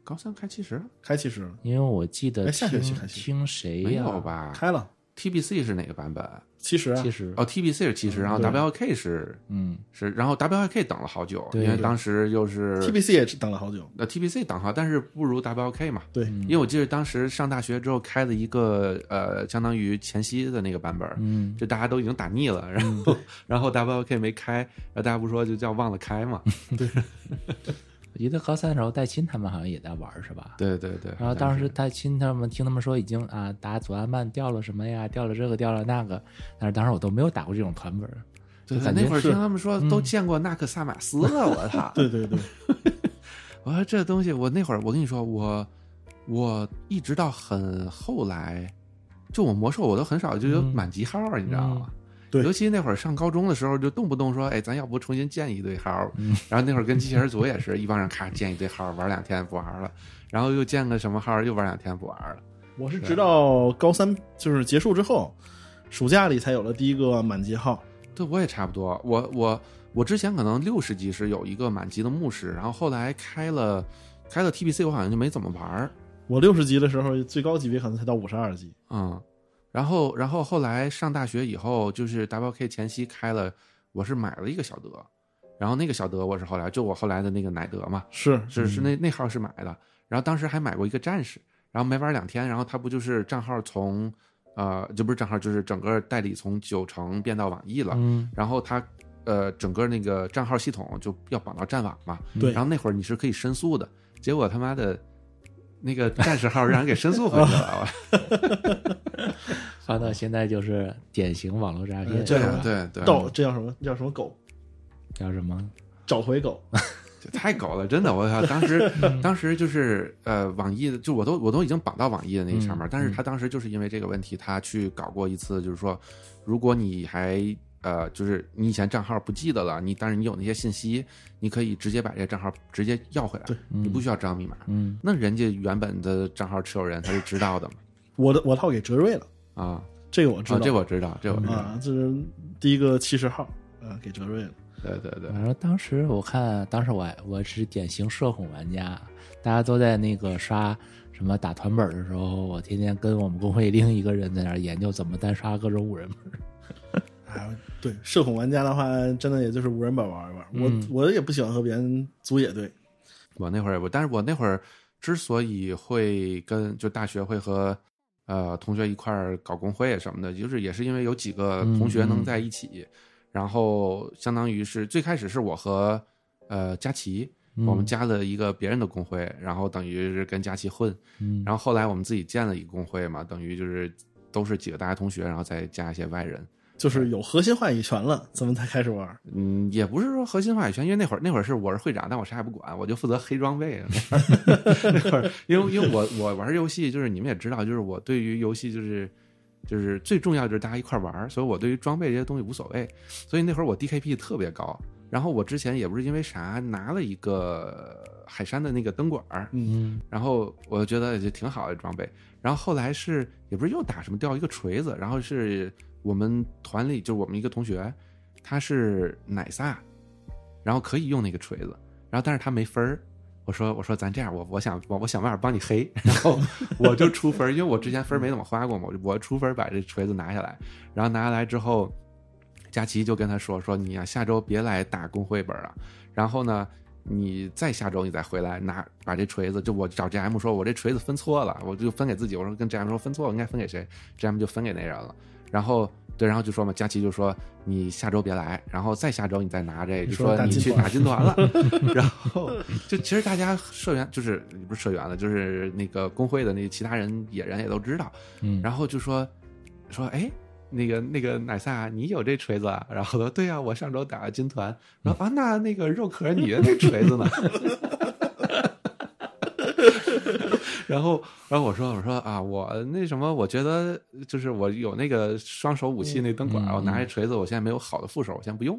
S4: 高三开七十了。
S2: 开七十了，
S3: 因为我记得
S2: 哎下学期
S3: 听
S2: 还行
S3: 听谁
S4: 没
S3: 呀、
S4: 有？吧
S2: 开了
S4: ？TBC 是哪个版本？
S2: 七十啊
S3: 七，十，
S4: 哦，TBC 是七十，然后
S2: 对
S4: WLK 是
S3: 嗯，
S4: 是，然后 WLK 等了好久，因
S3: 对
S4: 为当时又是
S2: TBC 也等了好久。
S4: 呃 TBC 等好，但是不如 WLK 嘛。
S3: 嗯
S2: 对，
S4: 因为我记得当时上大学之后开了一个呃，相当于前夕的那个版本，
S3: 嗯，
S4: 就大家都已经打腻了，然后、 然后 WLK 没开，然后大家不说就叫忘了开嘛。
S3: 嗯我记得高三的时候，戴鑫他们好像也在玩儿，是吧？
S4: 对对对。
S3: 然后
S4: 好像
S3: 当时
S4: 是
S3: 他亲他们听他们说已经啊打左岸曼掉了什么呀，掉了这个掉了那个，但是当时我都没有打过这种团本儿，
S4: 对
S3: 就感觉嗯
S4: 那会儿
S2: 是
S4: 听他们说都见过纳克萨马斯了，我操！
S2: 对对对，
S4: 我说啊这东西，我那会儿我跟你说，我我一直到很后来，就我魔兽我都很少就有
S3: 嗯
S4: 满级号，你知道吗？
S2: 对
S4: 尤其那会儿上高中的时候，就动不动说，哎，咱要不重新建一堆号儿？ 然后那会儿跟机器人组也是一帮人咔建一堆号儿，玩两天不玩了，然后又建个什么号儿，又玩两天不玩了。
S2: 我是直到高三就是结束之后，暑假里才有了第一个满级号。
S4: 对，我也差不多。我我我之前可能六十级是有一个满级的牧师，然后后来开了开了 TBC，我好像就没怎么玩儿。
S2: 我六十级的时候，最高级别可能才到五十二级。
S4: 嗯，然后然后后来上大学以后，就是 WK 前夕开了，我是买了一个小德，然后那个小德我是后来就我后来的那个奶德嘛，
S2: 是
S4: 是是那那号是买的，然后当时还买过一个战士，然后没玩两天，然后他不就是账号从呃就不是账号，就是整个代理从九城变到网易了，
S3: 嗯，
S4: 然后他呃整个那个账号系统就要绑到战网嘛，
S2: 对
S4: 嗯然后那会儿你是可以申诉的，结果他妈的。那个战士号让人给申诉回去了，
S3: 放到现在就是典型网络诈骗，
S2: 嗯对
S4: 啊 对对，
S2: 到这叫什么？叫什么狗？
S3: 叫什么？
S2: 找回狗。
S4: 这太狗了，真的！我靠，当时当时就是呃，网易的就我都我都已经绑到网易的那个上面，
S3: 嗯
S4: 但是他当时就是因为这个问题，他去搞过一次，就是说，如果你还呃，就是你以前账号不记得了，你但是你有那些信息，你可以直接把这个账号直接要回来
S2: 对，
S4: 你不需要知道密码。
S3: 嗯，
S4: 那人家原本的账号持有人他是知道的嘛？
S2: 我的我套给哲瑞了，
S4: 啊，
S2: 这个我知道。
S4: 啊，这我嗯知道，这我知道，
S2: 啊，这是第一个七十号，啊，给哲瑞了。
S4: 对对对，
S3: 反正当时我看，当时我还我是典型社恐玩家，大家都在那个刷什么打团本的时候，我天天跟我们工会另一个人在那儿研究怎么单刷各种五人本。
S2: 哎，对，社恐玩家的话，真的也就是无人本玩一玩。
S3: 嗯
S2: 我我也不喜欢和别人组野队，
S4: 我那会儿我，但是我那会儿之所以会跟就大学会和呃同学一块儿搞工会什么的，就是也是因为有几个同学能在一起，然后相当于是最开始是我和呃佳琪，我
S3: 嗯
S4: 们加了一个别人的工会，然后等于是跟佳琪混，
S3: 嗯，
S4: 然后后来我们自己建了一个工会嘛，等于就是都是几个大学同学，然后再加一些外人。
S2: 就是有核心话语权了，咱们才开始玩。
S4: 嗯，也不是说核心话语权，因为那会儿那会儿是我是会长，但我啥也不管，我就负责黑装备。啊那会儿，因为因为我我玩游戏，就是你们也知道，就是我对于游戏就是就是最重要就是大家一块玩儿，所以我对于装备这些东西无所谓。所以那会儿我 DKP 特别高，然后我之前也不是因为啥拿了一个海山的那个灯管儿，
S3: 嗯
S4: 然后我觉得也挺好的装备。然后后来是也不是又打什么掉一个锤子，然后是我们团里就我们一个同学，他是奶萨，然后可以用那个锤子，然后但是他没分儿。我说我说咱这样，我我想我我想办法帮你黑，然后我就出分儿，因为我之前分儿没怎么花过嘛，我就我出分儿把这锤子拿下来，然后拿下来之后，佳琪就跟他说说你呀、下周别来打工会本儿啊，然后呢，你再下周你再回来拿把这锤子，就我找 GM 说，我这锤子分错了，我就分给自己，我说跟 GM 说分错，我应该分给谁？GM 就分给那人了。然后对，然后就说嘛，佳琪就说你下周别来，然后再下周你再拿这，就
S2: 你说
S4: 说
S2: 打
S4: 你
S2: 金
S4: 去
S2: 团
S4: 打军团 了。然后就其实大家社员就是不是社员了，就是那个工会的那其他人野人也都知道，
S3: 嗯，
S4: 然后就说说哎，那个那个奶萨，你有这锤子啊？然后说对啊，我上周打了军团。
S3: 嗯
S4: 然后啊，那那个肉壳，你的那锤子呢？ 然后，然后我说，我说啊，我那什么，我觉得就是我有那个双手武器那灯管，
S3: 嗯嗯
S4: 我拿这锤子，我现在没有好的副手，我先不用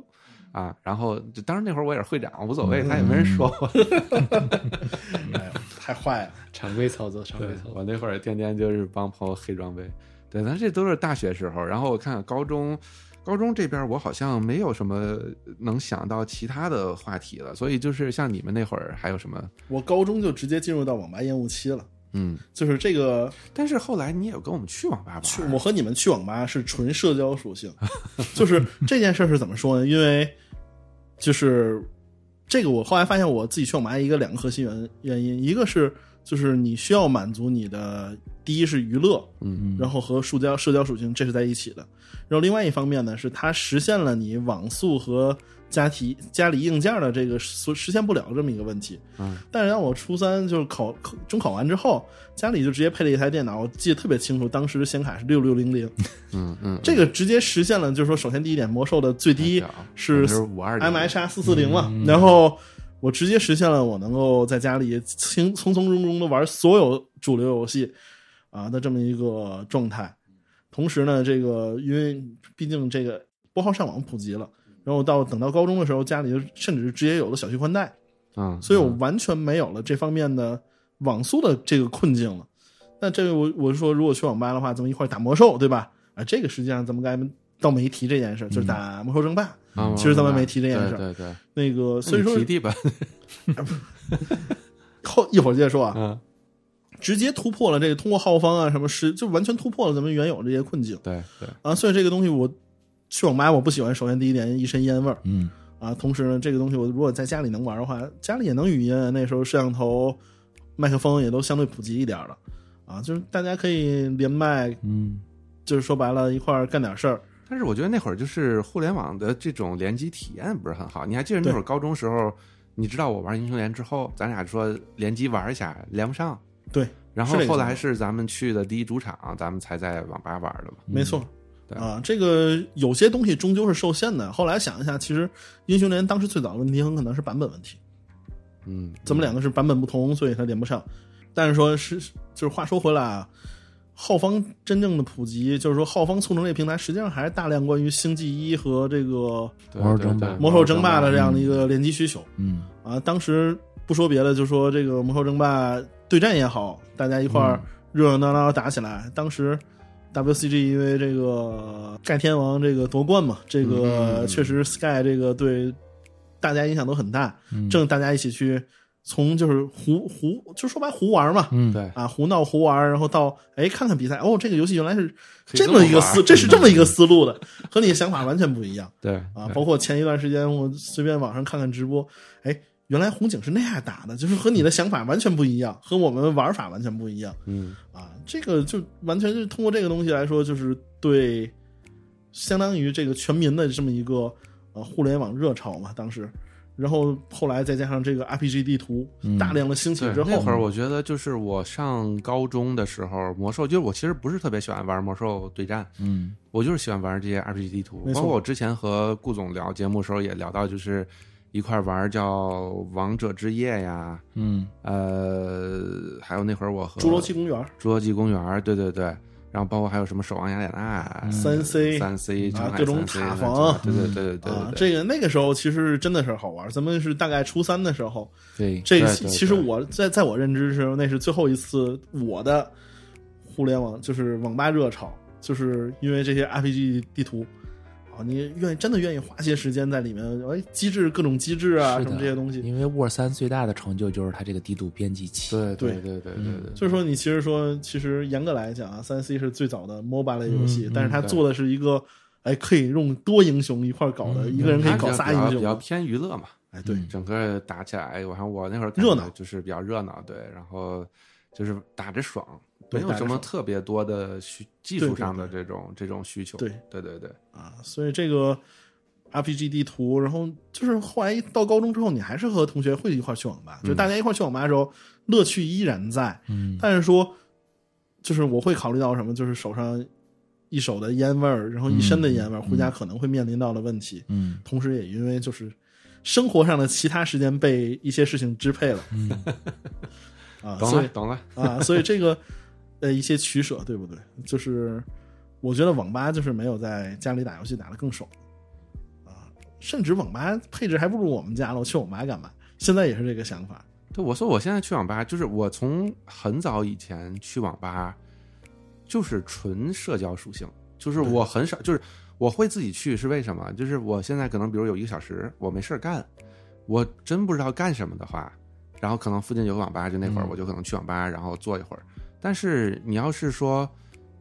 S4: 啊。然后，就当时那会儿我也是会长，无所
S3: 嗯
S4: 谓，他也没人说我。
S2: 哎呦，太坏了！
S3: 常规操作，常
S4: 对，我那会儿天天就是帮朋友黑装备。对，咱这都是大学时候。然后我看看高中，高中这边我好像没有什么能想到其他的话题了。所以就是像你们那会儿还有什么？
S2: 我高中就直接进入到网吧厌恶期了，
S4: 嗯，
S2: 就是这个
S4: 但是后来你也跟我们去网吧玩，
S2: 去我和你们去网吧是纯社交属性，就是这件事儿是怎么说呢？因为就是这个，我后来发现我自己去网吧一个两个核心原原因，一个是就是你需要满足你的第一是娱乐，
S4: 嗯，
S2: 然后和社交社交属性这是在一起的，然后另外一方面呢是它实现了你网速和家庭家里硬件的这个所实现不了这么一个问题，
S4: 嗯，
S2: 但是让我初三就是考考中考完之后，家里就直接配了一台电脑，我记得特别清楚，当时显卡是六六零 零，
S4: 嗯嗯，
S2: 这个直接实现了，就是说，首先第一点，魔兽的最低是
S4: 是五二嗯
S2: M H R 四四零嘛，然后我直接实现了我能够在家里轻从从容容的玩所有主流游戏啊的这么一个状态。同时呢，这个因为毕竟这个拨号上网普及了，然后到等到高中的时候，家里就甚至直接有了小区宽带，
S4: 嗯，
S2: 所以我完全没有了这方面的网速的这个困境了。那这个我我是说，如果去网吧的话，咱们一块儿打魔兽，对吧？啊，这个实际上咱们刚才倒没提这件事儿，
S4: 嗯
S2: 就是打魔兽争霸，
S4: 啊
S2: 其实咱们
S4: 明白
S2: 没提这件事儿
S4: 对对对，
S2: 那个所以
S4: 那
S2: 说
S4: 你提提吧，
S2: 后一会儿接着说啊，
S4: 嗯，
S2: 直接突破了这个通过浩方啊什么是就完全突破了咱们原有这些困境
S4: 对对，
S2: 啊，所以这个东西我去网吧我不喜欢，首先第一点一身烟味儿
S3: 嗯，
S2: 啊，同时呢这个东西我如果在家里能玩的话，家里也能语音，那时候摄像头、麦克风也都相对普及一点儿了啊，就是大家可以连麦，
S3: 嗯，
S2: 就是说白了一块儿干点事儿，
S4: 但是我觉得那会儿就是互联网的这种联机体验不是很好。你还记得那会儿高中时候，你知道我玩英雄联之后，咱俩说联机玩一下，连不上。
S2: 对，
S4: 然
S2: 是
S4: 后
S2: 这个
S4: 后
S2: 情况
S4: 来是咱们去的第一主场，咱们才在网吧玩的嘛。
S2: 没错。
S4: 对
S2: 啊，这个有些东西终究是受限的。后来想一下，其实英雄联当时最早的问题很可能是版本问题，
S4: 嗯，
S2: 咱们两个是版本不同，所以它连不上。但是说是就是话说回来啊，浩方真正的普及，就是说浩方促成这个平台，实际上还是大量关于星际一和这个
S4: 对
S3: 魔兽
S4: 对
S3: 争
S4: 对
S3: 霸
S2: 魔兽争霸的这样的一
S4: 嗯
S2: 个联机需求
S3: 嗯，
S2: 啊。当时不说别的，就说这个魔兽争霸对战也好，大家一块儿热热闹闹打起来。当时 WCG 因为这个盖天王这个夺冠嘛，这
S4: 嗯
S2: 个确实 Sky 这个对大家影响都很大。
S3: 嗯
S2: 正大家一起去从就是胡胡，就说白胡玩嘛，
S3: 嗯，
S4: 对，
S2: 啊，胡闹胡玩，然后到哎看看比赛，哦，这个游戏原来是
S4: 可以
S2: 这
S4: 这么
S2: 么一个
S4: 玩
S2: 思，这是这么一个思路的，和你的想法完全不一样
S4: 对
S2: 啊。
S4: 对
S2: 包括前一段时间我随便网上看看直播，哎，原来红警是那样打的，就是和你的想法完全不一样，和我们玩法完全不一样
S4: 嗯，
S2: 啊。这个就完全是通过这个东西来说，就是对，相当于这个全民的这么一个呃互联网热潮嘛，当时。然后后来再加上这个 RPG 地图
S3: 嗯
S2: 大量的兴起
S4: 对
S2: 之，后，
S4: 那会儿我觉得就是我上高中的时候，魔兽就是我其实不是特别喜欢玩魔兽对战，
S3: 嗯，
S4: 我就是喜欢玩这些 RPG 地图，
S2: 没错
S4: 包括我之前和顾总聊节目的时候也聊到，就是一块玩叫《王者之夜》呀，
S3: 嗯，
S4: 呃，还有那会儿我和
S2: 侏罗纪公园儿
S4: 侏罗纪公园，对对对，然后包括还有什么守望雅典娜、
S2: 三 C
S4: 三 C
S2: 啊
S4: 长海
S2: 各种
S4: 三 C
S2: 塔
S4: 的
S2: 防
S4: 对对对对对
S2: 啊，
S4: 对，
S2: 这个那个时候其实真的是好玩儿。咱们是大概初三的时候，
S3: 对，
S2: 这个
S4: 对
S2: 其
S4: 对
S2: 其实
S4: 对
S2: 我在在我认知的时候，那是最后一次我的互联网就是网吧热潮，就是因为这些 RPG 地图啊，你愿意真的愿意花些时间在里面，哎，机制各种机制啊
S3: 是
S2: 什么
S3: 的
S2: 这些东西，
S3: 因为 Word 三最大的成就就是它这个低度编辑器，
S4: 对
S2: 对
S4: 对对对对对，
S2: 所以说，你其实说，其实严格来讲啊，三 C 是最早的 MOBA 类游戏，
S3: 嗯
S2: 但是它
S4: 对
S2: 做的是一个，哎，可以用多英雄一块儿搞的，
S3: 嗯
S2: 一个人可以
S4: 它比
S2: 搞
S4: 较
S2: 仨
S4: 比较
S2: 英
S4: 比较
S2: 雄，
S4: 偏娱乐嘛，
S2: 哎，对，
S3: 嗯
S4: 整个打起来，哎我看我那会儿感觉
S2: 热闹
S4: 就是比较热闹，对，然后就是打着爽，
S2: 对
S4: 没有
S2: 打着
S4: 什么
S2: 爽
S4: 特别多的需技
S2: 对
S4: 术
S2: 对
S4: 上的
S2: 对
S4: 这种这种需求，
S2: 对
S4: 对对对，
S2: 啊，所以这个 RPG 地图，然后就是后来到高中之后，你还是和同学会一块儿去网吧，就大家一块儿去网吧的时候，乐趣依然在，
S3: 嗯，
S2: 但是说，就是我会考虑到什么，就是手上一手的烟味儿，然后一身的烟味儿，回家可能会面临到的问题，
S3: 嗯，
S2: 同时也因为就是生活上的其他时间被一些事情支配了，啊，
S4: 懂
S2: 所
S4: 了
S2: 以
S4: 懂了，
S2: 啊，所以这个呃一些取舍，对不对？就是我觉得网吧就是没有在家里打游戏打的更爽啊，甚至网吧配置还不如我们家了，我去网吧干嘛？现在也是这个想法，
S4: 对，我说我现在去网吧，就是我从很早以前去网吧，就是纯社交属性，就是我很少，就是我会自己去是为什么？就是我现在可能比如有一个小时我没事儿干，我真不知道干什么的话，然后可能附近有个网吧，就那会儿
S3: 嗯
S4: 我就可能去网吧，然后坐一会儿。但是你要是说，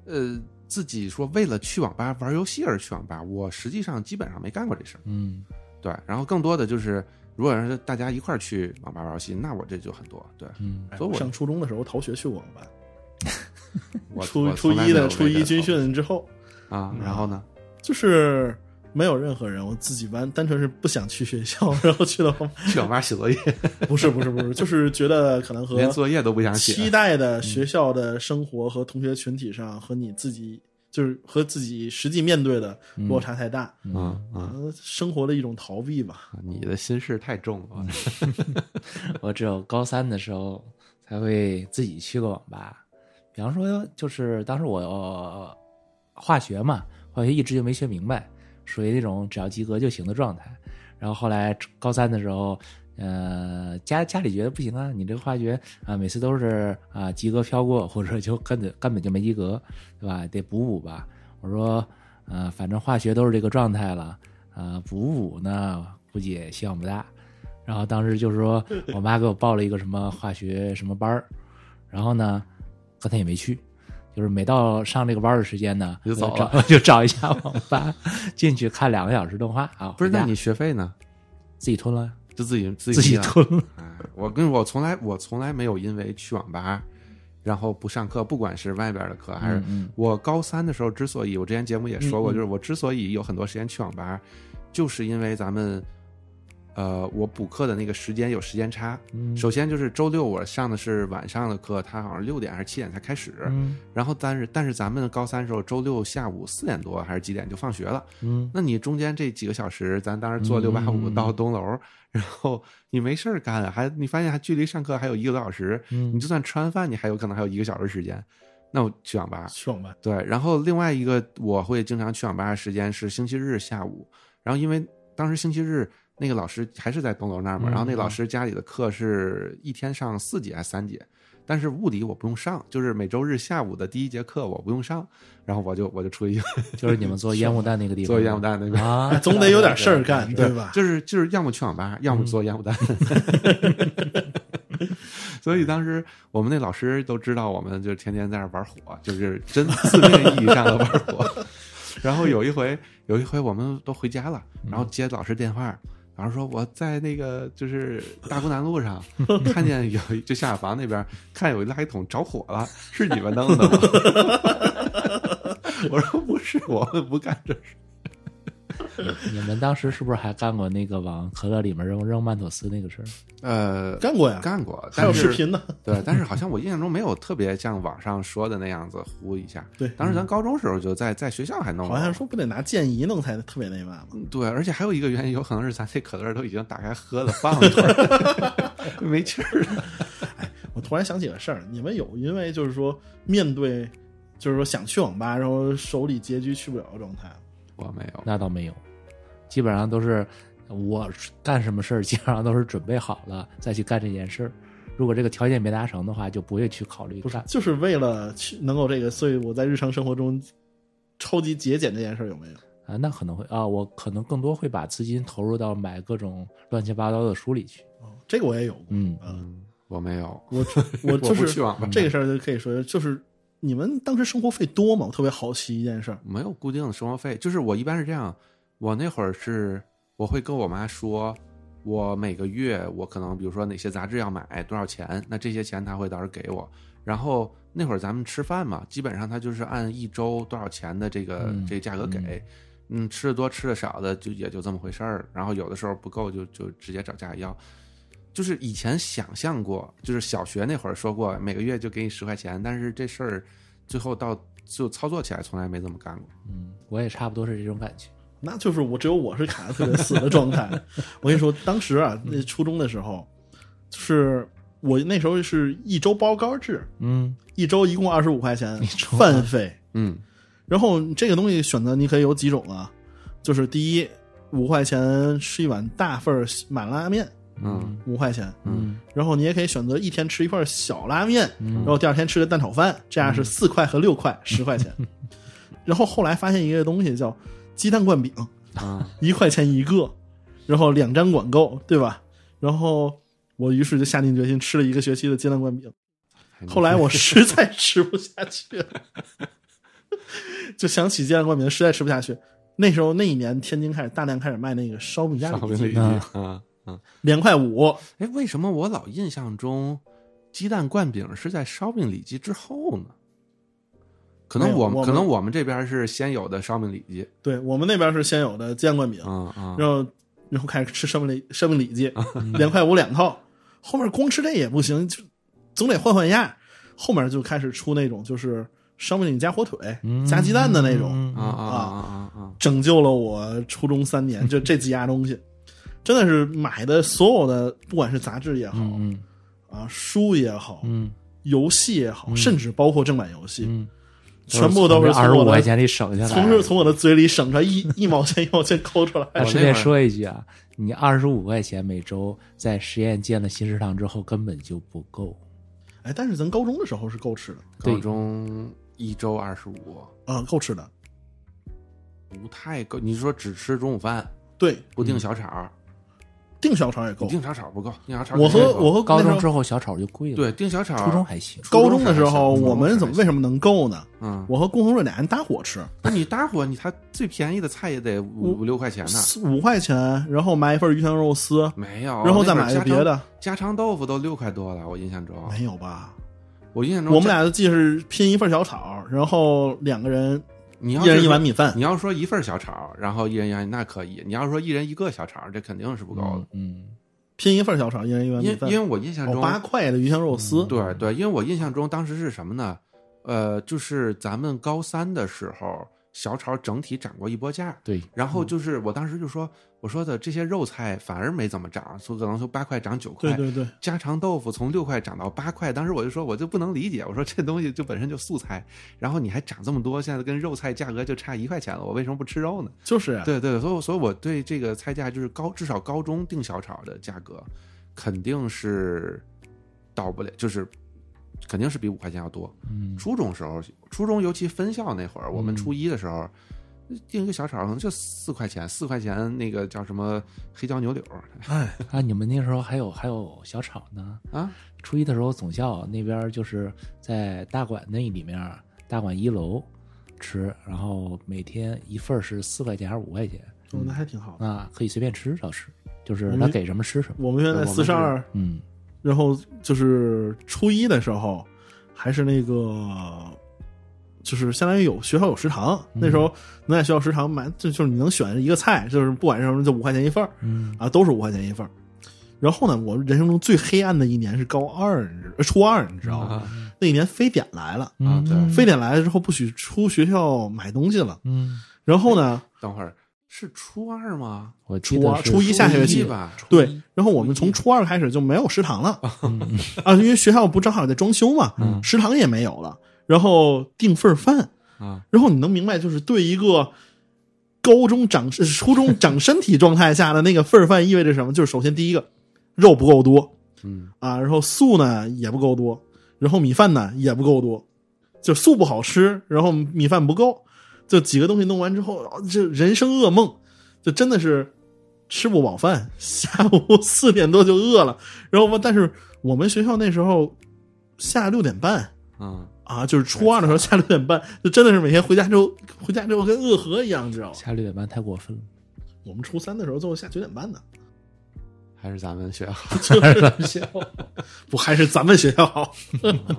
S4: 呃，自己说为了去网吧玩游戏而去网吧，我实际上基本上没干过这事儿。
S3: 嗯，
S4: 对，然后更多的就是，如果要是大家一块儿去网吧玩游戏，那我这就很多。对
S3: 嗯，
S4: 所以哎我
S2: 上初中的时候逃学去过网吧，
S4: 我
S2: 初
S4: 我
S2: 初
S4: 从来
S2: 一
S4: 没有
S2: 的初一
S4: 被
S2: 军
S4: 这种
S2: 训之嗯后，
S4: 啊，然后呢？
S2: 就是没有任何人，我自己完单纯是不想去学校， 然后去了网吧，
S4: 去网吧写作业，
S2: 不是不是不是，就是觉得可 能和
S4: 连作业都不想
S2: 期
S4: 写。
S2: 待的学校的生活和同学群体上，和你自己就是和自己实际面对的落差太大，
S4: 嗯嗯，
S2: 呃，生活的一种逃避吧。
S4: 你的心事太重
S2: 嗯
S4: 了。
S3: 我只有高三的时候才会自己去个网吧。比方说，就是当时我、呃化学嘛，化学一直就没学明白，属于那种只要及格就行的状态。然后后来高三的时候，呃，家家里觉得不行啊，你这个化学啊，每次都是啊及格飘过，或者就根本根本就没及格，对吧？得补补吧。我说，呃，反正化学都是这个状态了，呃，补补呢，估计也希望不大。然后当时就是说我妈给我报了一个什么化学什么班儿，然后呢，刚才也没去，就是每到上这个班儿的时间呢，
S4: 就
S3: 我
S4: 走
S3: 找就找一下网吧，进去看两个小时动画啊，
S4: 不是，
S3: 回
S4: 那
S3: 家
S4: 你学费呢？
S3: 自己吞了，
S4: 就自己自己
S3: 自己
S4: 记啊
S3: 吞了，
S4: 哎，我跟我从来我从来没有因为去网吧，然后不上课，不管是外边的课还是、
S3: 嗯嗯
S4: 我高三的时候，之所以我之前节目也说过，
S3: 嗯嗯
S4: 就是我之所以有很多时间去网吧，就是因为咱们。呃，我补课的那个时间有时间差。
S3: 嗯
S4: 首先就是周六我上的是晚上的课，它好像六点还是七点才开始。
S3: 嗯
S4: 然后但是但是咱们高三的时候，周六下午四点多还是几点就放学了。
S3: 嗯，
S4: 那你中间这几个小时，咱当时坐
S3: 嗯
S4: 六八五
S3: 嗯
S4: 到东楼，然后你没事儿干，啊还你发现还距离上课还有一个多小时，
S3: 嗯
S4: 你就算吃完饭，你还有可能还有一个小时时间，那我去网吧。
S2: 去网吧，
S4: 对，然后另外一个我会经常去网吧的时间是星期日下午，然后因为当时星期日那个老师还是在东楼那儿嘛，
S3: 嗯
S4: 然后那老师家里的课是一天上四节还是三节，但是物理我不用上，就是每周日下午的第一节课我不用上，然后我就我就出去
S3: 就是你们做烟雾弹那个地方，
S4: 做烟雾弹那边。
S3: 啊，
S2: 哎总得有点事儿 干，
S4: 对
S2: 吧？嗯
S4: 就是就是要么去网吧，要么做烟 雾弹。所以当时我们那老师都知道，我们就天天在那儿玩火，就 是真字面意义上的玩火。然后有一回，有一回我们都回家了，然
S2: 嗯
S4: 后接老师电话。老师说我在那个就是大沽南 路上看见有一就下房那边看有一垃圾桶着火了，是你们弄的吗？ 我说不是，我们不干这事。
S3: 你们当时是不是还干过那个往可乐里面扔扔曼妥思那个事儿？
S4: 呃，
S2: 干过呀，
S4: 干过，
S2: 还有
S4: 但是
S2: 视频呢，
S4: 对，但是好像我印象中没有特别像网上说的那样子呼一下。
S2: 对嗯
S4: 当时咱高中时候就在在学校还弄过，
S2: 好像说不得拿剑仪弄才特别那嘛吗？
S4: 对，而且还有一个原因，有可能是咱这可乐都已经打开喝了，放一会儿 没气儿了。
S2: 我突然想起个事儿，你们有因为就是说面对，就是说想去网吧，然后手里拮据去不了的状态吗，
S4: 我没有，
S3: 那倒没有，基本上都是我干什么事儿，基本上都是准备好了再去干这件事儿。如果这个条件没达成的话，就不会去考虑
S2: 不是
S3: 干，。
S2: 就是为了去能够这个，所以我在日常生活中超级节俭这件事儿有没有？
S3: 啊，那可能会啊，我可能更多会把资金投入到买各种乱七八糟的书里去。
S2: 哦，这个我也有过。
S3: 嗯，
S4: 嗯，我没有，
S2: 我我就
S4: 不
S2: 是
S4: 去网吧
S2: 这个事儿就可以说，就是你们当时生活费多吗？我特别好奇一件事儿，
S4: 没有固定的生活费，就是我一般是这样，我那会儿是我会跟我妈说，我每个月我可能比如说哪些杂志要买多少钱，那这些钱她会到时候给我。然后那会儿咱们吃饭嘛，基本上她就是按一周多少钱的这个、
S3: 嗯
S4: 这个价格给，嗯，吃的多吃的少的就也就这么回事儿。然后有的时候不够就就直接找家里要。就是以前想象过，就是小学那会儿说过每个月就给你十块钱，但是这事儿最后到就操作起来从来没这么干过。
S3: 嗯，我也差不多是这种感觉。
S2: 那就是我只有我是卡的特别死的状态。我跟你说，当时啊，那初中的时候，就是我那时候是一周包干制，
S3: 嗯，
S2: 一周一共二十五块钱
S3: 周
S2: 饭费。
S4: 嗯，
S2: 然后这个东西选择你可以有几种啊，就是第一，五块钱吃一碗大份儿满拉面，
S4: 嗯
S2: 五块钱。
S3: 嗯
S2: 然后你也可以选择一天吃一块小拉面，
S3: 嗯
S2: 然后第二天吃个蛋炒饭，这样是四块和六块，十块 钱。然后后来发现一个东西叫鸡蛋灌饼，
S4: 啊，
S2: 一块钱一个，然后两张管够，对吧？然后我于是就下定决心吃了一个学期的鸡蛋灌饼。后来我实在吃不下去了，就想起鸡蛋灌饼，实在吃不下去。那时候那一年，天津开始大量开始卖那个烧饼夹
S4: 上回
S2: 里
S4: 那
S2: 脊，
S4: 一句
S3: 嗯
S4: 啊啊，
S2: 两块五。
S4: 哎，为什么我老印象中鸡蛋灌饼是在烧饼里脊之后呢？可能
S2: 没有
S4: 我
S2: 我
S4: 们
S2: 们
S4: 可能我们这边是先有的烧饼里脊，
S2: 对我们那边是先有的鸡蛋灌饼，
S4: 啊啊，
S2: 然后然后开始吃生命里生命里脊，
S3: 啊
S2: 两块五两套，后面光吃这也不行，就总得换换样。后面就开始出那种就是生命里加火腿、
S3: 嗯
S2: 加鸡蛋的那种，
S4: 啊啊啊啊啊！
S2: 拯救了我初中三年，就这几样东西，真的是买的所有的，不管是杂志也好、
S3: 嗯
S2: 啊，书也好，
S3: 嗯
S2: 游戏也好，甚至包括正版游戏，
S3: 嗯，
S2: 全部都是
S3: 二十
S2: 从我
S3: 五
S2: 的
S3: 块钱里省下来的，
S2: 从是从我的嘴里省出来一一毛钱一毛钱抠出来。
S3: 哎，
S4: 我
S3: 顺
S4: 那
S3: 便
S4: 会儿
S3: 说一句啊，你二十五块钱每周在实验建了新食堂之后根本就不够。
S2: 哎，但是咱高中的时候是够吃的
S4: 高
S3: 对
S4: 中一周二十五，
S2: 啊、够吃的。
S4: 不太够。你说只吃中午饭，
S2: 对，
S4: 不订小炒儿，
S2: 订小炒也够
S4: 你。订小炒儿不够，订小炒儿
S2: 我
S4: 肯定
S2: 和
S4: 不够
S2: 我和
S3: 高
S2: 那
S3: 中
S2: 时
S3: 之
S2: 候
S3: 后小炒就贵了，
S4: 对，订小炒儿，
S3: 初中还行，
S2: 高中的时候，
S4: 初中是还行
S2: 我们怎么为什么能够呢？
S4: 嗯，
S2: 我和龚红瑞俩人搭伙吃，
S4: 那你搭伙，你他最便宜的菜也得五五六块钱呢，
S2: 四五块钱，然后买一份鱼香肉丝，
S4: 没有，
S2: 然后再
S4: 哦那会儿
S2: 买个
S4: 家
S2: 别
S4: 常，哦
S2: 的，
S4: 家常豆腐都六块多了，我印象中，
S2: 没有吧？
S4: 我印象中
S2: 我们俩既是拼一份小炒，然后两个人
S4: 你要
S2: 一人
S4: 是
S2: 一碗米饭，
S4: 你要说一份小炒，然后一人一碗，那可以；你要说一人一个小炒，这肯定是不够的。
S3: 嗯，
S2: 拼一份小炒，一人一碗
S4: 因
S2: 米饭
S4: 因为，我印象
S2: 哦，
S4: 中，
S2: 八块的鱼香肉丝，
S4: 对对，因为我印象中当时是什么呢？呃，就是咱们高三的时候，小炒整体涨过一波价。
S3: 对，
S4: 然
S2: 嗯
S4: 后就是我当时就说，我说的这些肉菜反而没怎么涨，说可能从八块涨九块，
S2: 对对对，
S4: 家常豆腐从六块涨到八块，当时我就说，我就不能理解，我说这东西就本身就素菜，然后你还涨这么多，现在跟肉菜价格就差一块钱了，我为什么不吃肉呢？
S2: 就是啊呀
S4: 对对，所以所以我对这个菜价就是高，至少高中定小炒的价格肯定是到不了，就是肯定是比五块钱要多。
S3: 嗯，
S4: 初中时候，初中尤其分校那会儿，我们
S3: 嗯
S4: 初一的时候。订一个小炒可能就四块钱，四块钱那个叫什么黑椒牛柳
S2: 哎，
S3: 啊，你们那时候还有还有小炒呢。
S4: 啊？
S3: 初一的时候，总校那边就是在大馆那里面，大馆一楼吃，然后每天一份儿是四块钱还是五块钱
S2: 哦那还挺好
S4: 嗯
S2: 的。
S3: 啊，可以随便吃，倒是就是
S2: 我
S3: 他
S2: 们
S3: 给什么吃什么。
S2: 我们现在
S4: 我们
S2: 四十二，
S3: 嗯，
S2: 然后就是初一的时候，还是那个，就是相当于有学校有食堂，那时候能在学校食堂买，就就是你能选一个菜，就是不管是什么，就五块钱一份儿
S3: 嗯
S2: 啊，都是五块钱一份儿。然后呢，我人生中最黑暗的一年是高二，你知呃初二，你知道吗？那一年非典来了，
S4: 啊
S3: 嗯
S4: 对
S2: 非典来了之后不许出学校买东西了。
S3: 嗯，
S2: 然后呢，
S4: 等会儿是初二吗？
S3: 我
S2: 初
S3: 记得
S2: 二
S3: 是
S2: 初一下学期
S4: 初一吧
S3: 初
S2: 对
S3: 一，
S2: 然后我们
S4: 初一
S2: 从初二开始就没有食堂了
S3: 嗯
S2: 啊，因为学校不正好在装修嘛，
S3: 嗯
S2: 食堂也没有了，然后订份儿饭，
S4: 啊，
S2: 然后你能明白就是对一个高中长呃初中长身体状态下的那个份儿饭意味着什么？就是首先第一个肉不够多
S4: 嗯，
S2: 啊，然后素呢也不够多，然后米饭呢也不够多，就素不好吃，然后米饭不够，就几个东西弄完之后，啊这人生噩梦，就真的是吃不饱饭，下午四点多就饿了，然后我但是我们学校那时候下六点半。
S4: 嗯，
S2: 啊，就是初二的时候下六点半，就真的是每天回家之后，回家之后跟饿河一样，知道吗？
S3: 下六点半太过分了，
S2: 我们初三的时候最后下九点半呢，
S4: 还是咱们学校。
S2: 就是咱们学校，不还是咱们学校好？
S4: 嗯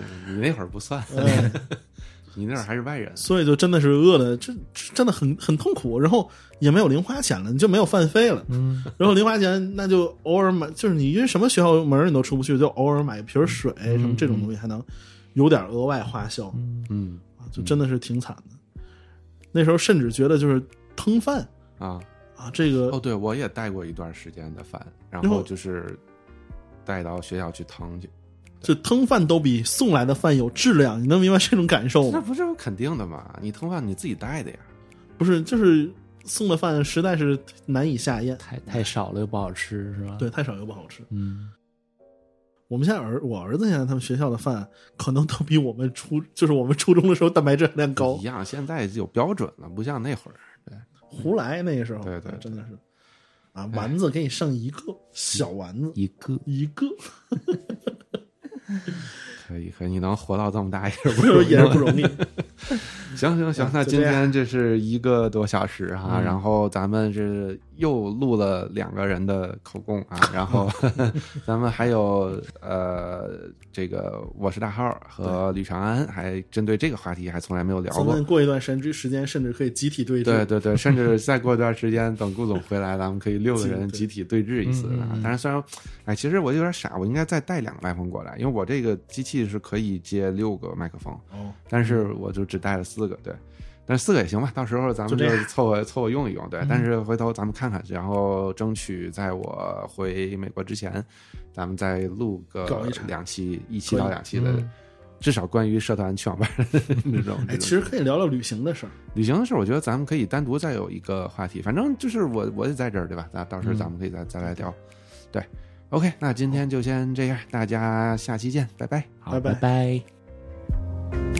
S4: 你那会儿不算，
S2: 哎
S4: 你那会儿还是外人。
S2: 所以就真的是饿的，这这真的很很痛苦，然后也没有零花钱了，你就没有饭费了，
S3: 嗯，
S2: 然后零花钱那就偶尔买，就是你因为什么学校门儿你都出不去，就偶尔买一瓶水什么这种东西还能有点额外花销，
S4: 嗯
S2: 啊就真的是挺惨的。那时候甚至觉得就是腾饭
S4: 啊，
S2: 啊，这个
S4: 哦，对，我也带过一段时间的饭，然
S2: 然
S4: 后
S2: 后
S4: 就是带到学校去腾去。
S2: 就腾饭都比送来的饭有质量，你能明白这种感受
S4: 那
S2: 吗？
S4: 不是肯定的嘛？你腾饭你自己带的呀。
S2: 不是，就是送的饭实在是难以下咽，
S3: 太太少了又不好吃是吧？
S2: 对，，太少又不好吃。
S3: 嗯，
S2: 我们现在儿我儿子现在他们学校的饭可能都比我们初就是我们初中的时候蛋白质含量高
S4: 一，样，现在有标准了，不像那会儿。
S2: 胡来那个时候，
S4: 对对对哎
S2: 真的是啊，丸子给你剩一个小丸子。
S3: 一个
S2: 一个，
S4: 可以，可以，你能活到这么大也是 不容
S2: 也
S4: 易
S2: 是不容易。
S4: 行行行
S2: 啊，
S4: 那
S2: 就
S4: 今
S2: 这样嗯
S4: 天这是一个多小时哈、然后咱们是又录了两个人的口供啊，然后 咱们还有呃，这个我是大号和吕长安，还针对这个话题还从来没有聊
S2: 咱
S4: 过
S2: 们。过一段时间，时间甚至可以集体对峙。
S4: 对对对，甚至再过段时间，等顾总回来，咱们可以六个人
S2: 集
S4: 集体对峙一次
S3: 嗯嗯
S4: 啊
S3: 嗯！
S4: 当然，虽然，哎，其实我有点傻，我应该再带两个麦克风过来，因为我这个机器是可以接六个麦克风，
S2: 哦，
S4: 但是我就只带了四个，对，但是四个也行吧，到时候咱们
S2: 就
S4: 就
S2: 这样嗯
S4: 凑合凑合用一用，对。但是回头咱们看看，然后争取在我回美国之前，咱们再录个
S2: 搞一场
S4: 两期，一期
S2: 可
S4: 到
S2: 以嗯
S4: 两期的，
S3: 嗯
S4: 至少关于社团去网吧的那种。
S2: 哎，
S4: 这种
S2: 其实可以聊聊旅行的事儿。
S4: 旅行的事儿，我觉得咱们可以单独再有一个话题，反正就是我我也在这儿，对吧？那到时候咱们可以再、再来聊，对。OK，那今天就先这样，大家下期见，拜拜。
S3: 好，
S2: 拜拜
S3: 拜